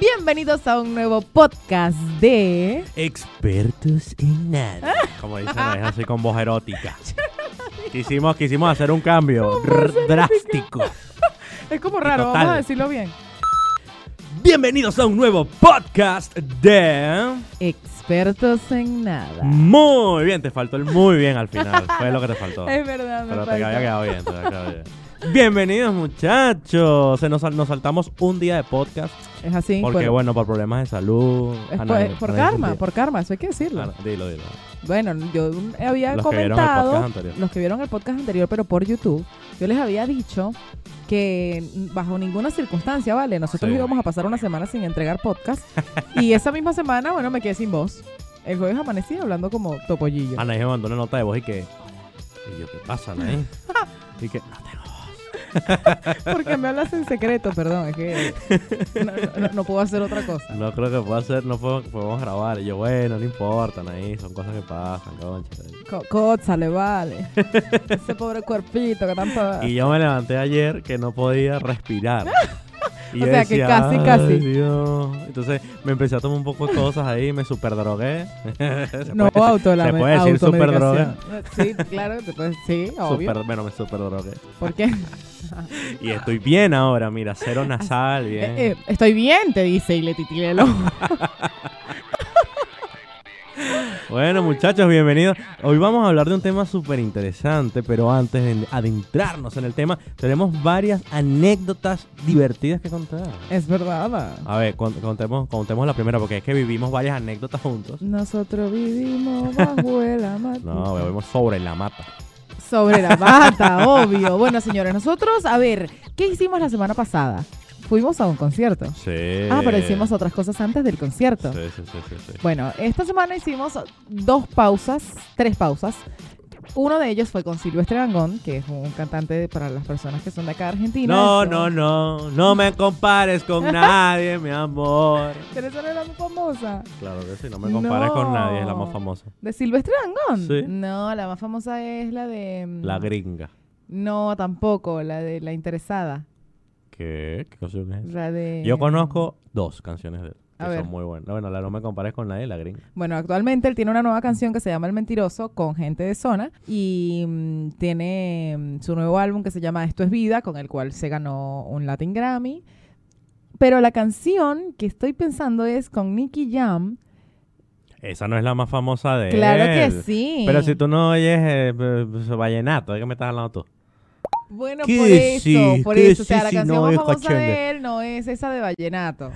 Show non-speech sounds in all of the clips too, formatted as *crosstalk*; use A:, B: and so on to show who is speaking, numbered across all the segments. A: Bienvenidos a un nuevo podcast de...
B: Expertos
A: *laughs*
B: en nada. Como dicen, es así con voz erótica. Quisimos, quisimos hacer un cambio r- drástico.
A: Es como
B: Y
A: raro,
B: total.
A: vamos a decirlo bien.
B: Bienvenidos a un nuevo podcast de...
A: Expertos en nada.
B: Muy bien, te faltó el muy bien
A: *laughs*
B: al final. Fue lo que te faltó.
A: Es verdad, me
B: Pero te
A: falta.
B: había quedado bien. te había quedado bien. Bienvenidos muchachos. Se nos, sal- nos saltamos un día de podcast
A: Es así.
B: porque
A: por-
B: bueno, por problemas de salud. Ah,
A: es
B: a
A: por,
B: nadie-
A: es por
B: nadie
A: karma,
B: sentía.
A: por karma, eso hay que decirlo.
B: Ah, no, dilo, dilo.
A: Bueno, yo había
B: Los que vieron el
A: comentado...
B: podcast anterior.
A: los que vieron el podcast anterior, pero por YouTube, yo les había dicho que bajo ninguna circunstancia, ¿vale? Nosotros
B: Sí.
A: íbamos a pasar una semana sin entregar podcast y esa misma semana, bueno, me quedé sin voz. El jueves amanecí hablando como topollillo.
B: Anaí me mandó una nota de voz y que. Y yo, ¿qué
A: *laughs*
B: pasa, Anaí? Y que, no tengo.
A: Porque me hablas en secreto, perdón, es que no, no- no puedo hacer otra cosa.
B: No creo que pueda hacer, no puedo- podemos grabar. Y yo, bueno, no importa, Anaí, son cosas que pasan, concha.
A: Co- Cosa, le vale. Ese pobre cuerpito que tanto...
B: Y yo me levanté ayer que no
A: *laughs*
B: podía respirar. Y
A: O
B: yo
A: sea, que
B: decía,
A: casi,
B: "Ay,
A: casi".
B: Dios. Entonces me empecé a tomar un poco de cosas ahí, me superdrogué. Se
A: No,
B: puede-
A: autolame-
B: se puede decir
A: automedicación. Sí, claro, te puedes- sí, obvio.
B: super- bueno, me superdrogué.
A: ¿Por qué?
B: Y estoy bien ahora, mira, cero nasal,
A: *laughs*
B: bien.
A: Eh, eh, estoy bien, te dice, y le titilé el ojo.
B: Bueno, muchachos, bienvenidos. Hoy vamos a hablar de un tema súper interesante, pero antes de adentrarnos en el tema, tenemos varias anécdotas divertidas que contar.
A: Es verdad. va.
B: A ver, cont- contemos, contemos la primera, porque es que vivimos varias anécdotas juntos.
A: Nosotros vivimos bajo el mata.
B: No, vivimos sobre la mata.
A: Sobre la mata, obvio. Bueno, señores, nosotros, a ver, ¿qué hicimos la semana pasada? Fuimos a un concierto.
B: Sí.
A: Ah, pero hicimos otras cosas antes del concierto.
B: Sí, sí, sí, sí, sí.
A: Bueno, esta semana hicimos dos pausas, tres pausas. Uno de ellos fue con Silvestre Dangón, que es un cantante para las personas que son de acá de Argentina.
B: No,
A: Yo-
B: no, no, no me compares con
A: *laughs*
B: nadie, mi amor.
A: Pero esa no era muy famosa.
B: Claro que sí, no me compares con
A: No.
B: nadie, es la más famosa.
A: ¿De Silvestre Dangón?
B: Sí.
A: No, la más famosa es la de... mm,
B: La gringa.
A: No, tampoco, la de la interesada.
B: ¿Qué? ¿Qué canción es esa?
A: La de...
B: Yo conozco dos canciones de él. Que
A: Eh, A ver.
B: son muy buenas. Bueno, la no me compares con nadie, la gringa.
A: Bueno, actualmente él tiene una nueva canción que se llama El Mentiroso con gente de zona y mm, tiene mm, su nuevo álbum que se llama Esto es Vida, con el cual se ganó un Latin Grammy. Pero la canción que estoy pensando es con Nicky Jam.
B: Esa no es la más famosa de
A: Claro
B: él.
A: que sí.
B: Pero si tú no oyes eh, b- b- vallenato, ¿de qué me estás hablando tú?
A: Bueno,
B: ¿Qué
A: por eso,
B: decís?
A: por
B: ¿Qué
A: eso. O sea,
B: decís
A: la
B: si
A: canción
B: no
A: más
B: es
A: famosa de
B: cachonde?
A: él no es esa de
B: *laughs*
A: Vallenato.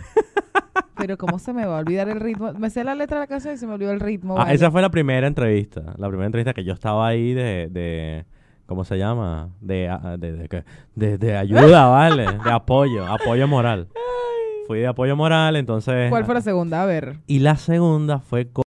A: Pero cómo se me va a olvidar el ritmo. Me sé la letra de la canción y se me olvidó el ritmo.
B: Ah,
A: vale.
B: esa fue la primera entrevista. La primera entrevista que yo estaba ahí de... de ¿Cómo se llama? De, a- de, de, que- de-
A: *laughs*
B: de ayuda, ¿vale? De apoyo, apoyo moral. Fui de apoyo moral, entonces...
A: ¿Cuál fue la segunda? A ver.
B: Y la segunda fue con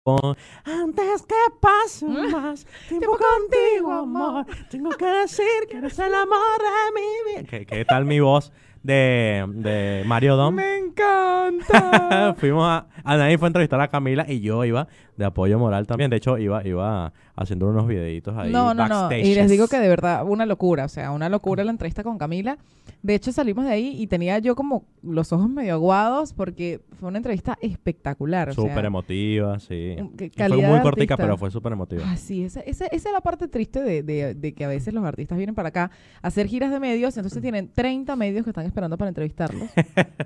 B: Antes que pase
A: ¿Eh?
B: más tiempo contigo, amor, tengo que decir que eres el amor de mi vida. ¿Qué, qué tal mi voz de, de Mario Dom?
A: Me encanta.
B: *laughs* Fuimos a, a nadie fue a entrevistar a Camila y yo iba de apoyo moral también. De hecho, iba, iba haciendo unos videitos ahí.
A: No, no, no. Y les
B: backstages.
A: digo que de verdad, una locura. O sea, una locura la entrevista con Camila. De hecho, salimos de ahí y tenía yo como los ojos medio aguados porque fue una entrevista espectacular. o sea,
B: Súper emotiva, sí.
A: un- que-
B: Y
A: calidad
B: fue
A: de
B: muy cortica,
A: artista.
B: pero fue súper emotiva.
A: Ah, sí, esa, esa- esa es la parte triste de, de- de que a veces los artistas vienen para acá a hacer giras de medios,
B: Mm.
A: entonces tienen 30 medios que están esperando para
B: *laughs*
A: entrevistarlos.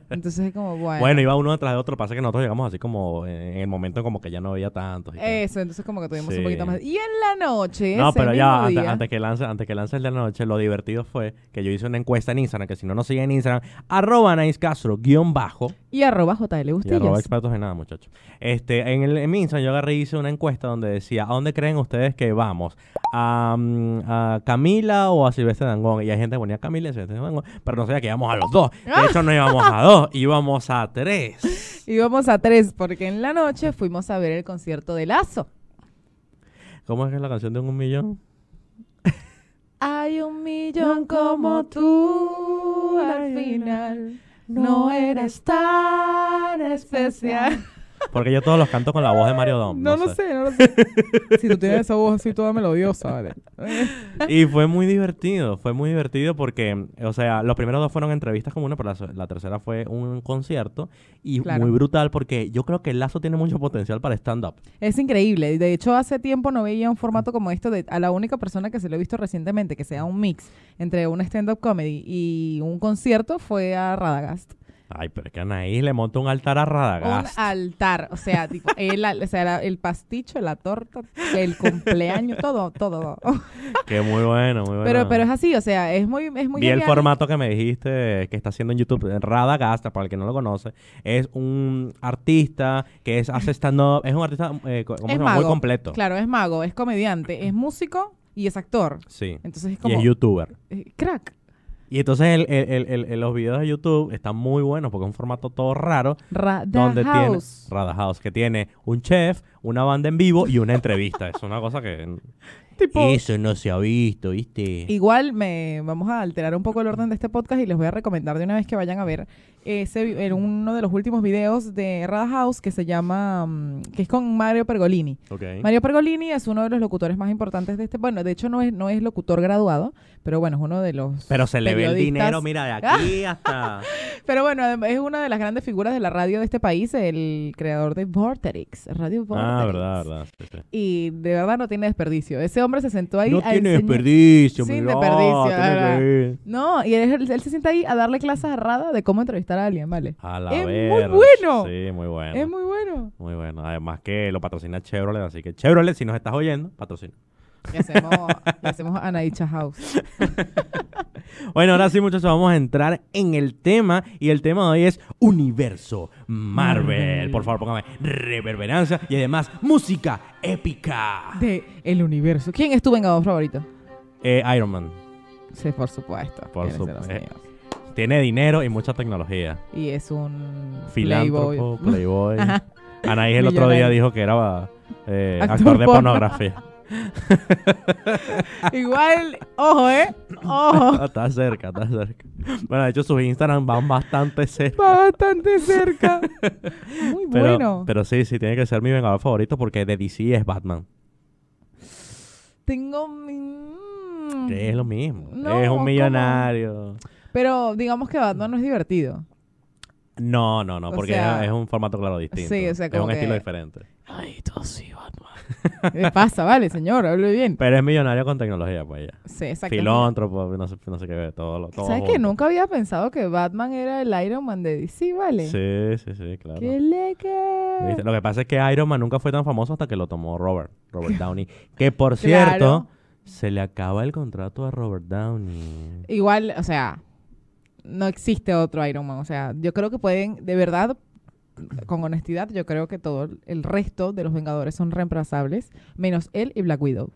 A: Entonces es como, bueno.
B: Bueno, iba uno detrás de otro. Pasa que nosotros llegamos así como eh, en el momento como que ya no había tantos. y tal.
A: eso, entonces como que tuvimos un
B: Sí.
A: poquito más. Y en la noche,
B: No,
A: Eh, ese
B: pero
A: mismo
B: ya, antes,
A: día-
B: antes que lance, antes que lance el de la noche, lo divertido fue que yo hice una encuesta en Instagram, que si no nos siguen en Instagram, arroba Anaís Castro, guión bajo,
A: Y arroba JL
B: y arroba
A: Bustillos.
B: expertos en nada, muchachos. Este, en, el, en mi Instagram yo agarré y hice una encuesta donde decía, ¿a dónde creen ustedes que vamos? ¿A, mm, a Camila o a Silvestre Dangón? Y hay gente que ponía Camila y Silvestre Dangón, pero no sabía que íbamos a los dos.
A: Ah.
B: De hecho, no íbamos a dos, íbamos a tres.
A: Íbamos a tres, porque en la noche fuimos a ver el concierto de Lazo.
B: ¿Cómo es que es la canción de un millón?
A: Hay un millón como tú, al final no eres tan especial.
B: Porque yo todos los canto con la voz de Mario Dom.
A: No, lo sé. no lo
B: *laughs*
A: sé. si tú tienes esa voz así toda melodiosa, vale.
B: Y fue muy divertido, fue muy divertido porque, o sea, los primeros dos fueron entrevistas comunes, pero la, la tercera fue un concierto y
A: Claro.
B: muy brutal porque yo creo que Lazo tiene mucho potencial para stand-up.
A: Es increíble. De hecho, hace tiempo no veía un formato como este. De, a la única persona que se lo he visto recientemente, que sea un mix entre un stand-up comedy y un concierto, fue a Radagast.
B: Ay, pero es que Anaís le monta un altar a
A: Un
B: Radagast.
A: altar. O
B: *laughs*
A: sea, tipo, el, al- o sea, la- el pasticho, la torta, el cumpleaños, todo, todo.
B: Que muy bueno, muy bueno.
A: Pero, pero es así, o sea, es muy, es muy
B: Vi el
A: genial.
B: formato que me dijiste que está haciendo en YouTube. Radagast, para el que no lo conoce, es un artista que es, hace stand-up. Es un artista eh, co- ¿cómo
A: Es
B: se llama? muy
A: mago.
B: completo.
A: Claro, es mago, es comediante, es músico y es actor.
B: Sí.
A: Entonces es
B: Y
A: como
B: es youtuber.
A: eh, crack,
B: Y entonces el- el- el- el- el- los videos de YouTube están muy buenos porque es un formato todo raro.
A: Ra- da
B: donde
A: house.
B: tiene Rada House, que tiene un chef, una banda en vivo y una entrevista. es una cosa que
A: Tipo-
B: eso no se ha visto, ¿viste?
A: Igual me vamos a alterar un poco el orden de este podcast y les voy a recomendar de una vez que vayan a ver ese vi- en uno de los últimos videos de Rada House que se llama mm, que es con Mario Pergolini.
B: Ok.
A: Mario Pergolini es uno de los locutores más importantes de este, bueno, de hecho no es no es locutor graduado, pero bueno, es uno de los
B: Pero se le ve el
A: periodistas- Ah.
B: dinero, mira, de aquí
A: *laughs*
B: hasta...
A: Pero bueno, adem- es una de las grandes figuras de la radio de este país, el creador de Vorterix, Radio Vorterix.
B: ah, verdad, verdad. sí, sí.
A: Y de verdad no tiene desperdicio. Ese hombre se sentó ahí.
B: no
A: a
B: tiene
A: enseñar-
B: desperdicio,
A: Sin
B: mira.
A: desperdicio,
B: tiene
A: ahora.
B: que ver.
A: No, y él, él se sienta ahí a darle clases a Rada de cómo entrevistar a alguien, ¿vale?
B: A la
A: Es muy
B: verga.
A: bueno.
B: Sí, muy bueno.
A: Es muy bueno.
B: Muy bueno. Además que lo patrocina Chevrolet, así que Chevrolet, si nos estás oyendo, patrocina.
A: Le hacemos, le hacemos a Naicha House.
B: Bueno, ahora sí, muchachos, vamos a entrar en el tema. Y el tema de hoy es Universo Marvel. Por favor, póngame reverberancia y además música épica.
A: De el universo. ¿Quién es tu vengador favorito?
B: Eh, Iron Man
A: Sí, por supuesto. Tiene
B: Por
A: que ser los
B: supuesto.
A: míos.
B: tiene dinero y mucha tecnología.
A: Y es un
B: Filántropo,
A: playboy.
B: playboy. Anaís el otro día
A: Millonario.
B: dijo que era eh,
A: Actor
B: actor, de
A: porno. *laughs*
B: pornografía. *laughs*
A: Igual, ojo, ¿eh? Ojo.
B: está cerca, está cerca. Bueno, de hecho, sus Instagram van bastante cerca.
A: Va bastante cerca.
B: *laughs*
A: Muy
B: Pero,
A: bueno.
B: pero sí, sí, tiene que ser mi vengador favorito porque de DC es Batman.
A: Tengo. mm,
B: Que es lo mismo.
A: No,
B: es un
A: ¿cómo?
B: millonario.
A: Pero digamos que Batman no es divertido.
B: No, no, no,
A: O
B: porque
A: sea-
B: es un formato, claro, distinto.
A: Sí, o sea,
B: es
A: como
B: un
A: que-
B: estilo diferente.
A: Ay, todo sí, Batman. ¿Qué Eh, pasa? Vale, señor, hable bien.
B: Pero es millonario con tecnología, pues ya.
A: Sí, exacto.
B: Filántropo, no sé, no sé qué, ver, todo lo todo
A: ¿Sabes que
B: junto.
A: nunca había pensado que Batman era el Iron Man de DC, vale?
B: Sí, sí, sí, claro.
A: ¡Qué leque!
B: ¿Viste? Lo que pasa es que Iron Man nunca fue tan famoso hasta que lo tomó Robert, Robert
A: *laughs*
B: Downey. Que
A: Claro.
B: por cierto, se le acaba el contrato a Robert Downey.
A: Igual, o sea, no existe otro Iron Man. O sea, yo creo que pueden, de verdad, con honestidad, yo creo que todo el resto de los Vengadores son reemplazables, menos él y Black Widow.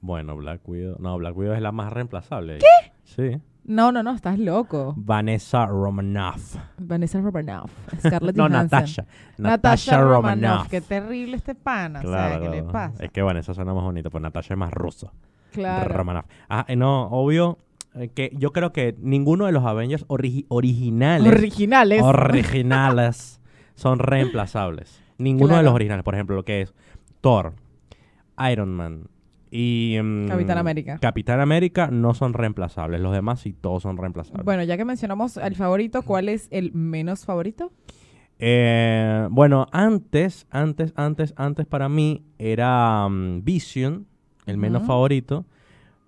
B: Bueno, Black Widow. No, Black Widow es la más reemplazable. ¿Qué? Sí.
A: No, no, no, estás loco.
B: Vanessa Romanoff.
A: Vanessa Romanoff,
B: *laughs*
A: Scarlett
B: No,
A: Johansson.
B: Natasha.
A: Natasha Romanoff.
B: Romanoff.
A: Qué terrible este pana. o sea, ¿qué le pasa?
B: Es que Vanessa suena más bonito, pues Natasha es más rusa.
A: Claro.
B: Romanoff. Ah, eh, no, obvio eh, que yo creo que ninguno de los Avengers origi- originales,
A: Originales.
B: originales son reemplazables. Ninguno de
A: Claro.
B: los originales, por ejemplo, lo que es Thor, Iron Man y mm,
A: Capitán América.
B: Capitán América no son reemplazables. Los demás sí todos son reemplazables.
A: Bueno, ya que mencionamos el favorito, ¿cuál es el menos favorito?
B: Eh, bueno, antes, antes, antes, antes para mí era mm, Vision, el menos
A: Ujú.
B: favorito.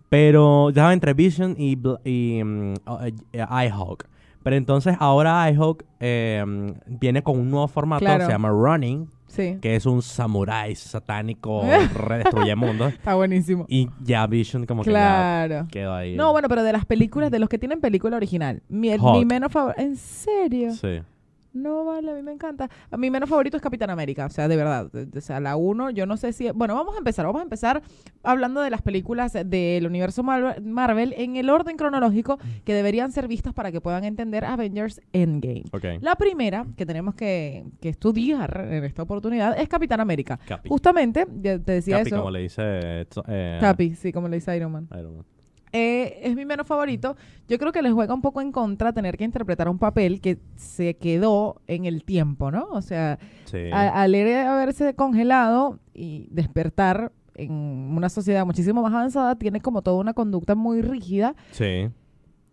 B: Pero estaba entre Vision y, Bla- y mm, oh, eh, eh, Ihawk. Pero entonces ahora Ihawk eh, mm, viene con un nuevo formato,
A: Claro.
B: se llama Running,
A: Sí.
B: que es un
A: *laughs*
B: samurái satánico, redestruye mundos.
A: Está buenísimo.
B: Y ya Vision como
A: Claro.
B: que ya quedó ahí.
A: No, bueno, pero de las películas, de los que tienen película original, mi, el-
B: Hulk.
A: mi menos favorito. ¿En serio?
B: Sí.
A: No, vale, a mí me encanta. A mi menos favorito es Capitán América, o sea, de verdad. de- de- O sea, la uno, yo no sé si. Bueno, vamos a empezar. Vamos a empezar hablando de las películas del universo Mar- Marvel en el orden cronológico que deberían ser vistas para que puedan entender Avengers Endgame.
B: Ok.
A: La primera que tenemos que, que estudiar en esta oportunidad es Capitán América.
B: Capi.
A: Justamente, ya te decía
B: Capi,
A: eso.
B: como le dice... eh, to- eh,
A: Capi, sí, como le dice Iron Man.
B: Iron Man.
A: eh, es mi menos favorito. Yo creo que les juega un poco en contra tener que interpretar un papel que se quedó en el tiempo, ¿no? O sea,
B: Sí.
A: a- al ir a haberse congelado y despertar en una sociedad muchísimo más avanzada, tiene como toda una conducta muy rígida.
B: sí.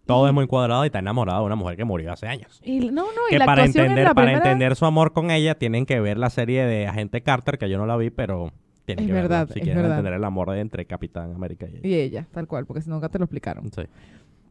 B: Todo es muy cuadrado y está enamorado de una mujer que murió hace años.
A: Y no, no, y
B: Que
A: la
B: para
A: actuación en
B: entender,
A: la
B: para
A: primera-
B: entender su amor con ella, tienen que ver la serie de Agente Carter, que yo no la vi, pero tienen
A: Es
B: que verla
A: verdad,
B: si
A: es
B: quieren
A: verdad.
B: entender el amor de entre Capitán América y ella.
A: Y ella, tal cual, porque si nunca te lo explicaron.
B: Sí.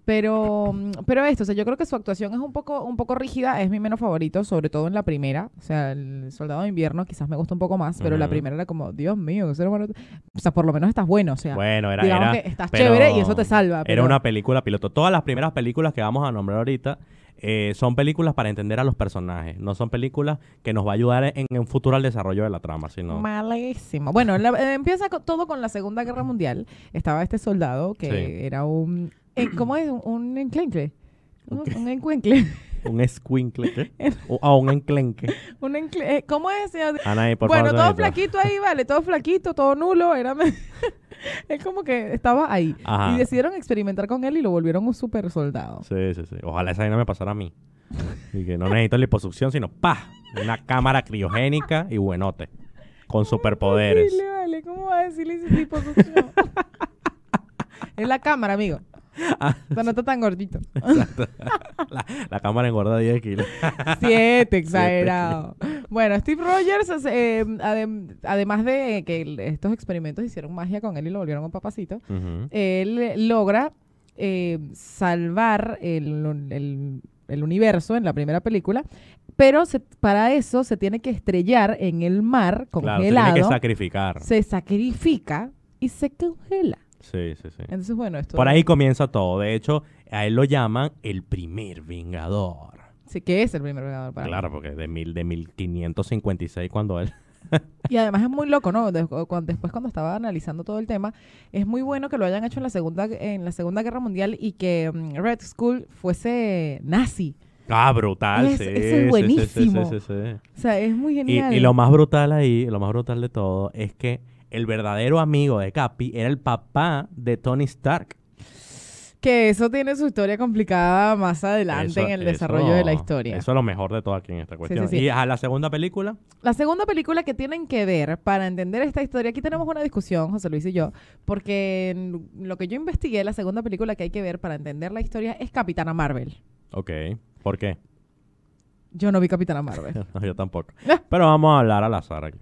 A: Pero, mm, pero esto, o sea, yo creo que su actuación es un poco, un poco rígida, es mi menos favorito, sobre todo en la primera. O sea, el Soldado de Invierno quizás me gusta un poco más, pero la
B: Ujú.
A: primera era como, Dios mío, qué ser humano. O sea, por lo menos estás bueno, o sea,
B: Bueno, era,
A: digamos
B: era,
A: que estás
B: pero-
A: chévere y eso te salva.
B: Era
A: pero-
B: una película piloto. Todas las primeras películas que vamos a nombrar ahorita eh, son películas para entender a los personajes. No son películas que nos va a ayudar en un futuro al desarrollo de la trama, sino...
A: Malísimo. Bueno, la- eh, empieza co- todo con la Segunda Guerra Mundial. Estaba este soldado que
B: Sí.
A: era un... eh, ¿Cómo es? Un- Un enclencle. Un,
B: Ok.
A: un encuencle.
B: un escuincle. ¿qué? o a un enclenque.
A: *laughs* Un encle- eh, ¿Cómo es? señor?
B: Anaí, por
A: bueno,
B: favor.
A: todo
B: señorita.
A: flaquito ahí, vale, todo flaquito, todo nulo, era me- *laughs* es como que estaba ahí.
B: Ajá.
A: Y decidieron experimentar con él y lo volvieron un super soldado.
B: Sí, sí, sí. Ojalá esa vaina me pasara a mí. Y que no necesito liposucción, sino ¡pa! Una cámara criogénica y buenote. Con superpoderes.
A: Imposible, vale, ¿cómo va a decirle ese tipo de
B: *laughs*
A: cosas? Es la cámara, amigo.
B: Ah,
A: O sea, no está tan
B: *laughs*
A: gordito.
B: La, la cámara engorda 10 kilos.
A: Siete, exagerado. Bueno, Steve Rogers, eh, adem- además de que el- estos experimentos hicieron magia con él y lo volvieron un papacito,
B: Ujú.
A: él logra eh, salvar el, el- el universo en la primera película, pero se- para eso se tiene que estrellar en el mar
B: Claro, se tiene
A: congelado,
B: que sacrificar.
A: se sacrifica y se congela.
B: Sí, sí, sí.
A: Entonces, bueno, esto...
B: Por ahí comienza todo. De hecho, a él lo llaman el primer Vengador.
A: Sí, que es el primer vengador para mí.
B: Claro, porque de, mil, de 1556 cuando él... *laughs*
A: Y además es muy loco, ¿no? De- cuan- después cuando estaba analizando todo el tema, es muy bueno que lo hayan hecho en la Segunda, en la segunda Guerra Mundial y que mm, Red Skull fuese nazi.
B: Ah, brutal.
A: Es-
B: sí,
A: ese es
B: sí, sí, sí,
A: buenísimo.
B: sí, sí, sí.
A: O sea, es muy
B: Y,
A: genial.
B: y lo más brutal ahí, lo más brutal de todo, es que el verdadero amigo de Capi era el papá de Tony Stark.
A: Que eso tiene su historia complicada más adelante
B: Eso-
A: en el
B: eso-
A: desarrollo de la historia.
B: Eso es lo mejor de todo aquí en esta cuestión.
A: sí, sí.
B: Y a la segunda película,
A: La segunda película que tienen que ver para entender esta historia, aquí tenemos una discusión, José Luis y yo, porque en lo que yo investigué, la segunda película que hay que ver para entender la historia es Capitana Marvel.
B: ok. ¿Por qué?
A: Yo no vi Capitana Marvel.
B: *laughs* No, yo tampoco.
A: Ah.
B: Pero vamos a hablar al azar aquí.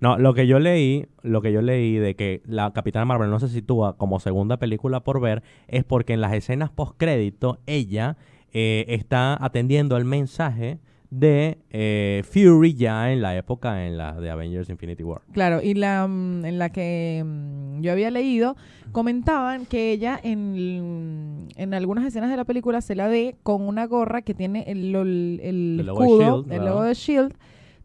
B: No, lo que yo leí, lo que yo leí de que la Capitana Marvel no se sitúa como segunda película por ver es porque en las escenas postcrédito ella eh, está atendiendo el mensaje de eh, Fury ya en la época en la de Avengers Infinity War.
A: claro, y la mm, en la que mm, yo había leído, comentaban que ella en, mm, en algunas escenas de la película se la ve con una gorra que tiene el, lol- el
B: El logo de
A: escudo,
B: Shield,
A: el
B: ¿no?
A: logo de Shield, E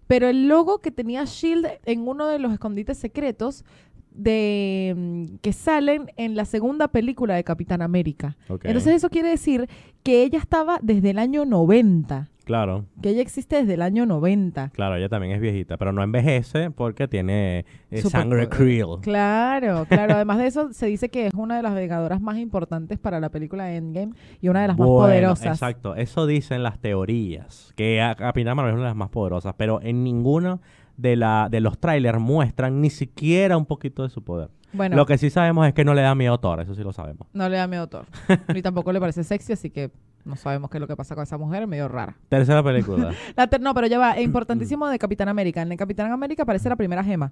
A: pero el logo que tenía Shield E en uno de los escondites secretos de mm, que salen en la segunda película de Capitán América.
B: Ok.
A: Entonces eso quiere decir que ella estaba desde el año 90,
B: claro,
A: que ella existe desde el año 90.
B: claro, ella también es viejita, pero no envejece porque tiene eh,
A: Super-
B: sangre creel.
A: Claro, claro. Además de eso, se dice que es una de las vengadoras más importantes para la película Endgame y una de las
B: Bueno,
A: más poderosas.
B: Exacto, eso dicen las teorías, que a- Capitán Marvel es una de las más poderosas, pero en ninguno de, la, de los trailers muestran ni siquiera un poquito de su poder.
A: Bueno,
B: Lo que sí sabemos es que no le da miedo a Thor, eso sí lo sabemos.
A: no le da miedo a Thor. Ni tampoco le parece sexy, así que no sabemos qué es lo que pasa con esa mujer, es medio rara.
B: Tercera
A: *laughs*
B: película.
A: La ter- no, pero ya va, es importantísimo de Capitán América. En el Capitán América aparece la primera gema.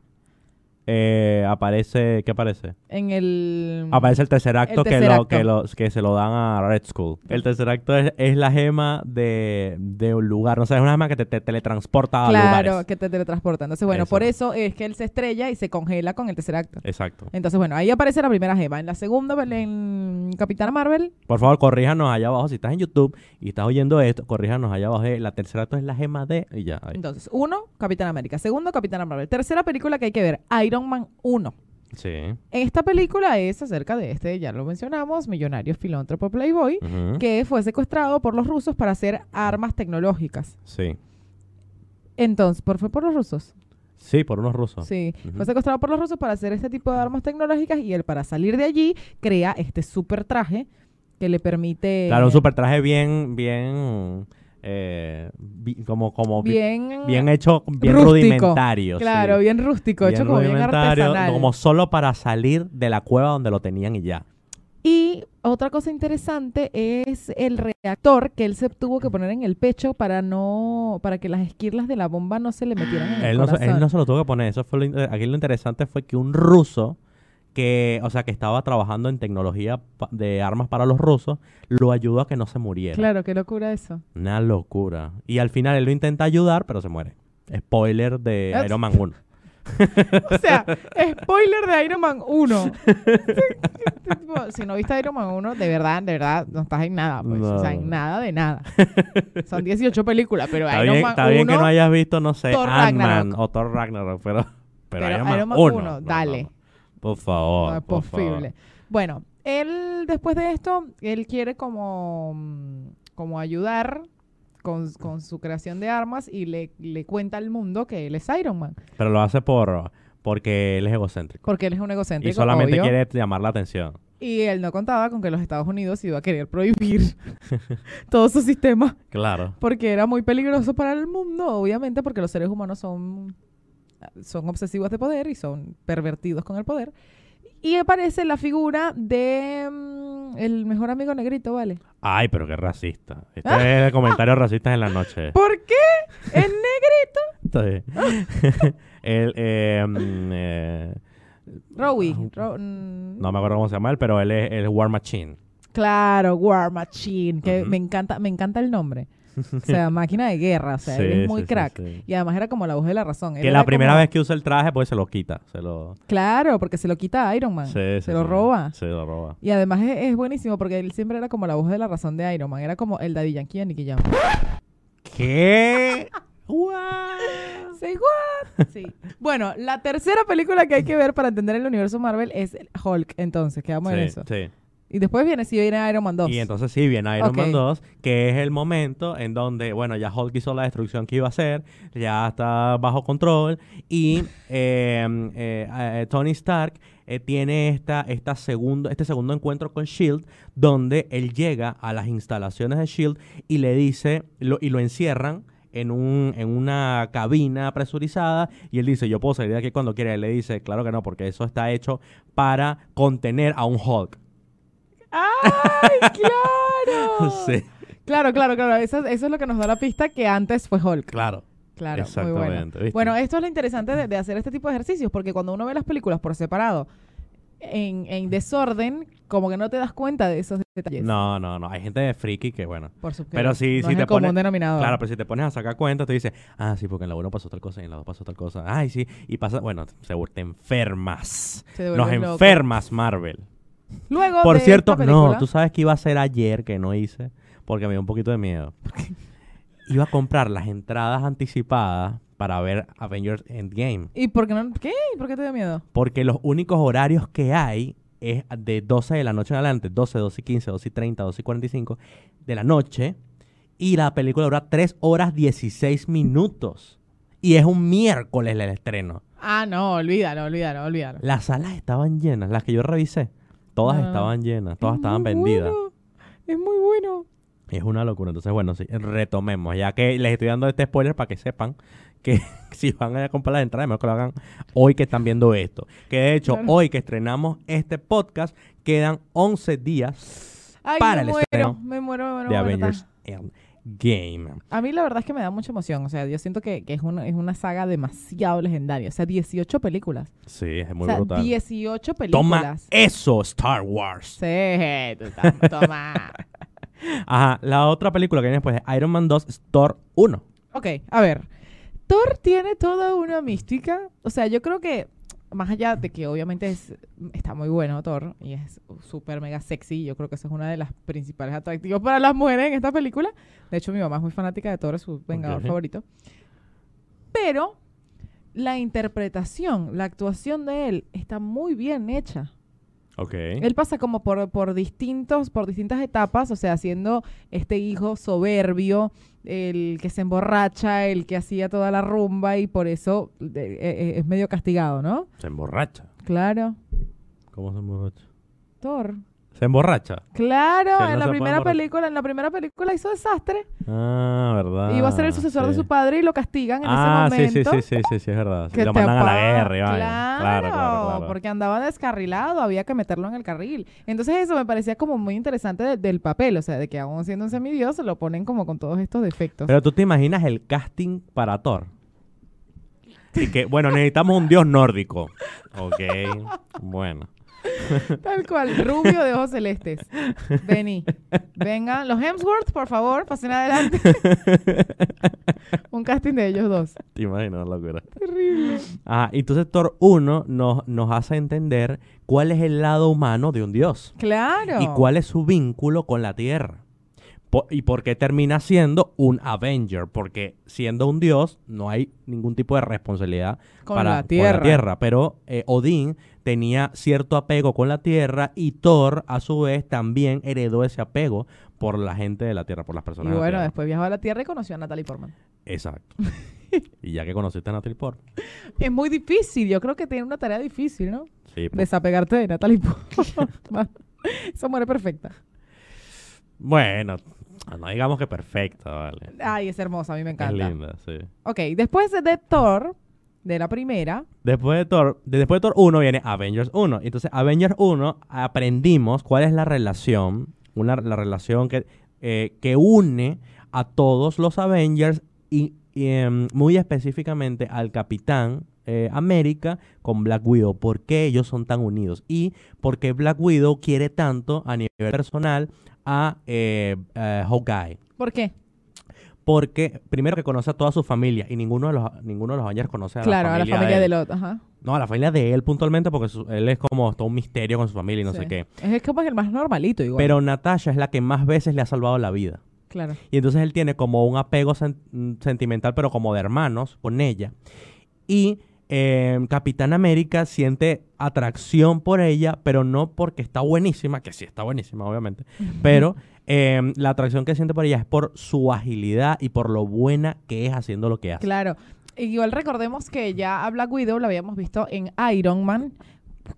B: Eh, aparece, ¿qué aparece?
A: En el...
B: Aparece el tercer acto,
A: Mm. El tercer
B: que,
A: acto.
B: Lo, que, lo- que se lo dan a Red Skull. El tercer acto es, es la gema de, de un lugar, no sé, es una gema que te, te teletransporta a
A: claro,
B: lugares.
A: que te teletransporta. Entonces, bueno,
B: Eso.
A: por eso es que él se estrella y se congela con el tercer acto.
B: Exacto.
A: Entonces, bueno, ahí aparece la primera gema. En la segunda, en Capitán Marvel,
B: Por favor, corríjanos allá abajo. Si estás en YouTube y estás oyendo esto, corríjanos allá abajo. Eh, La tercera acto es la gema de. Y ya. ahí.
A: Entonces, uno, Capitán América. Segundo, Capitán Marvel. Tercera película que hay que ver, Iron Man 1.
B: Sí.
A: Esta película es acerca de este, ya lo mencionamos, millonario filántropo Playboy,
B: Ujú.
A: que fue secuestrado por los rusos para hacer armas tecnológicas.
B: Sí.
A: Entonces, ¿por fue por los rusos?
B: Sí, por unos rusos.
A: Sí,
B: Ah, Ujú.
A: fue secuestrado por los rusos para hacer este tipo de armas tecnológicas y él para salir de allí crea este super traje que le permite
B: Claro, un super traje bien, bien, eh, bi- como, como bi- bien,
A: bien
B: hecho, bien
A: rústico.
B: rudimentario. sí.
A: claro, bien rústico,
B: Bien
A: hecho como bien
B: rudimentario,
A: artesanal.
B: como solo para salir de la cueva donde lo tenían y ya.
A: Y otra cosa interesante es el reactor que él se tuvo que poner en el pecho para no para que las esquirlas de la bomba no se le metieran en el
B: Él no, se-
A: corazón.
B: él no se lo tuvo que poner. Eso fue lo inter- aquí lo interesante fue que un ruso que, o sea, que estaba trabajando en tecnología pa- de armas para los rusos, lo ayudó a que no se muriera.
A: Claro, qué locura eso.
B: Una locura. Y al final él lo intenta ayudar, pero se muere. Spoiler de
A: Ups.
B: Iron Man 1.
A: O
B: *laughs*
A: sea, spoiler de Iron Man 1. Tipo, *laughs* si no viste Iron Man 1, de verdad, de verdad, no estás en nada, pues. O sea,
B: No.
A: en nada de nada.
B: *laughs*
A: Son 18 películas, pero
B: Está,
A: Iron
B: bien,
A: Man
B: está
A: 1...
B: bien que no hayas visto, no sé,
A: Thor
B: Ant-Man
A: Ragnarok.
B: o Thor Ragnarok, pero, pero,
A: Pero
B: Iron Man
A: Iron Man
B: 1.
A: uno,
B: no, no,
A: dale.
B: no. Por favor.
A: no es
B: Ah, por favor.
A: posible. Bueno, él después de esto, él quiere como, mm, como ayudar con, con su creación de armas y le, le cuenta al mundo que él es Iron Man,
B: Pero lo hace por porque él es egocéntrico.
A: porque él es un egocéntrico,
B: y solamente
A: obvio,
B: quiere llamar la atención.
A: y él no contaba con que los Estados Unidos iba a querer prohibir *laughs* todo su sistema,
B: Claro.
A: porque era muy peligroso para el mundo, obviamente, porque los seres humanos son, son obsesivos de poder y son pervertidos con el poder. Y aparece la figura de mm, el mejor amigo negrito, ¿vale?
B: Ay, pero qué racista. Este es
A: *laughs*
B: el comentario racista en la noche.
A: ¿Por qué? ¿Es negro?
B: Está bien. *laughs* Él, eh, mm, eh,
A: Rowie. Ro- mm.
B: Ah, no me acuerdo cómo se llama él, pero él es el War Machine.
A: Claro, War Machine. Que
B: Ujú.
A: me encanta, me encanta el nombre. O
B: *laughs*
A: sea, máquina de guerra. O sea, él
B: Sí,
A: es muy
B: sí, sí,
A: crack.
B: sí.
A: Y además era como la voz de la razón. Él
B: Que
A: era
B: la primera
A: como-
B: vez que usa el traje, pues se lo quita. Se lo,
A: Claro, porque se lo quita a Iron Man.
B: sí,
A: Ah, se
B: sí,
A: lo
B: sí.
A: roba.
B: Se lo roba.
A: Y además es, es buenísimo porque él siempre era como la voz de la razón de Iron Man. Era como el Daddy Yankee de Nicky Jam.
B: ¿Qué? *laughs* What?
A: *gasps* Say what? Sí. Bueno, la tercera película que hay que ver para entender el universo Marvel es Hulk. Entonces, quedamos en
B: Sí,
A: eso.
B: sí.
A: Y después viene, si viene Iron Man 2.
B: Y entonces sí, viene Iron Man
A: Ok.
B: 2, que es el momento en donde, bueno, ya Hulk hizo la destrucción que iba a hacer, ya está bajo control, y *laughs* eh, eh, eh, Tony Stark eh, tiene esta, esta segundo, este segundo encuentro con S.H.I.E.L.D., donde él llega a las instalaciones de S.H.I.E.L.D. E y le dice, lo- y lo encierran en, un, en una cabina presurizada y él dice, yo puedo salir de aquí cuando quiera. Él le dice, claro que no, porque eso está hecho para contener a un Hulk. *laughs*
A: ¡Ay, claro!
B: *laughs* Sí,
A: Claro, claro, claro. Eso, eso es lo que nos da la pista que antes fue Hulk.
B: claro.
A: Claro, muy bueno.
B: Exactamente, ¿viste?
A: Bueno, esto es lo interesante de, de hacer este tipo de ejercicios, porque cuando uno ve las películas por separado, en, en desorden, como que no te das cuenta de esos detalles.
B: No, no, no. Hay gente de friki que, bueno.
A: Por supuesto.
B: Pero sí,
A: no
B: sí
A: es
B: te
A: el común
B: pone-
A: denominador.
B: Claro, pero si te pones a sacar cuentas, te dices, ah, sí, porque en la 1 pasó tal cosa y en la 2 pasó tal cosa. Ay, sí. Y pasa, bueno, seguro te enfermas.
A: Se
B: Nos
A: vuelven locos.
B: enfermas, Marvel.
A: Luego
B: Por
A: de
B: cierto,
A: esta
B: no,
A: película-
B: tú sabes que iba a ser ayer que no hice porque me dio un poquito de miedo. *laughs* Iba a comprar las entradas anticipadas para ver Avengers Endgame.
A: ¿Y por qué no? ¿Qué? ¿Por qué te dio miedo?
B: Porque los únicos horarios que hay es de 12 de la noche en adelante, 12, 12 y 15, 12 y 30, 12 y 45 de la noche. Y la película dura 3 horas 16 minutos. Y es un miércoles el estreno.
A: Ah, no, olvídalo, olvídalo, olvídalo.
B: Las salas estaban llenas, las que yo revisé. Todas
A: Ah.
B: estaban llenas, todas
A: Es
B: estaban
A: muy
B: vendidas.
A: bueno, Es muy bueno.
B: Y es una locura. Entonces, bueno, sí, retomemos. Ya que les estoy dando este spoiler para que sepan que *laughs* si van a comprar las entradas, mejor que lo hagan hoy que están viendo esto. Que de hecho,
A: Claro.
B: hoy que estrenamos este podcast, quedan 11 días
A: Ay,
B: Para el
A: me, muero,
B: estreno
A: me muero, me muero,
B: de
A: muerta.
B: Avengers Game.
A: A mí la verdad es que me da mucha emoción. O sea, yo siento que, que es, una, es una saga demasiado legendaria. O sea, 18 películas.
B: Sí, es muy
A: o sea,
B: brutal.
A: 18
B: Toma
A: películas.
B: eso, Star Wars.
A: Sí, tú tam- toma.
B: Ajá, la otra película que viene después de Iron Man 2 es Thor 1.
A: ok, a ver. Thor tiene toda una mística. O sea, yo creo que, más allá de que obviamente es, está muy bueno Thor y es súper mega sexy, yo creo que eso es una de las principales atractivos para las mujeres en esta película. De hecho, mi mamá es muy fanática de Thor, es su vengador
B: Ok.
A: favorito. Pero la interpretación, la actuación de él está muy bien hecha.
B: Ok.
A: Él pasa como por, por distintos, por distintas etapas, o sea, siendo este hijo soberbio, el que se emborracha, el que hacía toda la rumba y por eso eh, eh, es medio castigado, ¿no?
B: Se emborracha.
A: Claro.
B: ¿Cómo se emborracha?
A: Thor.
B: Se emborracha.
A: Claro,
B: Que
A: en
B: él no se
A: la
B: puede
A: primera
B: emborrachar.
A: película, en la primera película hizo desastre.
B: Ah, verdad.
A: iba a ser el sucesor de
B: sí.
A: su padre y lo castigan en
B: Ah,
A: ese momento.
B: sí, sí, sí, sí, sí, sí, es verdad. Sí,
A: que
B: lo
A: te
B: mandan a la
A: apa-
B: guerra, y vaina.
A: Claro,
B: claro, claro, claro.
A: porque andaba descarrilado, había que meterlo en el carril. Entonces eso me parecía como muy interesante de- del papel, o sea, de que aún siendo un semidios lo ponen como con todos estos defectos.
B: Pero tú te imaginas el casting para Thor. Y que, bueno, necesitamos un dios nórdico. Ok, bueno.
A: *laughs* Tal cual, rubio de ojos celestes. Vení, venga, los Hemsworth, por favor, pasen
B: *laughs*
A: adelante. un casting de ellos dos.
B: Te imaginas la locura.
A: Terrible.
B: Ajá, y entonces Thor 1 nos, nos hace entender cuál es el lado humano de un dios.
A: Claro.
B: Y cuál es su vínculo con la tierra. Po- y por qué termina siendo un Avenger. Porque siendo un dios no hay ningún tipo de responsabilidad
A: Con
B: para-
A: la tierra.
B: Pero eh, Odín tenía cierto apego con la tierra y Thor, a su vez, también heredó ese apego por la gente de la tierra, por las
A: Y
B: personas de la
A: bueno, eh.
B: tierra.
A: después viajó a la Tierra y conoció a Natalie Portman.
B: Exacto. *laughs* y ya que conociste a Natalie Portman.
A: Es muy difícil, yo creo que tiene una tarea difícil, ¿no?
B: Sí, pues.
A: Desapegarte de Natalie Portman. *laughs* Esa mujer es perfecta.
B: Bueno, no digamos que perfecta, vale.
A: Ay, es hermosa, a mí me
B: Es
A: encanta.
B: linda, sí.
A: Ok, después de Thor, de la primera,
B: Después de Thor, de- después de Thor 1 viene Avengers 1. Entonces, Avengers 1 aprendimos cuál es la relación, una, la relación que, eh, que une a todos los Avengers y, y, em, muy específicamente al Capitán eh, América con Black Widow. ¿Por qué ellos son tan unidos? Y por qué Black Widow quiere tanto a nivel personal a eh, eh, Hawkeye.
A: ¿por qué?
B: Porque primero que conoce a toda su familia y ninguno de los, ninguno de los Avengers conoce a
A: claro,
B: la
A: a la
B: familia,
A: familia
B: de
A: de
B: él.
A: Lot, ajá.
B: No, a la familia de él puntualmente, porque su- él es como todo un misterio con su familia y no
A: Sí.
B: sé qué.
A: Es como el más normalito igual.
B: Pero Natasha es la que más veces le ha salvado la vida.
A: claro.
B: Y entonces él tiene como un apego sen- mm, sentimental, pero como de hermanos con ella. Y eh, Capitán América siente atracción por ella, pero no porque está buenísima, que sí está buenísima, obviamente. Pero eh, la atracción que siente por ella es por su agilidad y por lo buena que es haciendo lo que hace.
A: Claro. Igual recordemos que ya a Black Widow la habíamos visto en Iron Man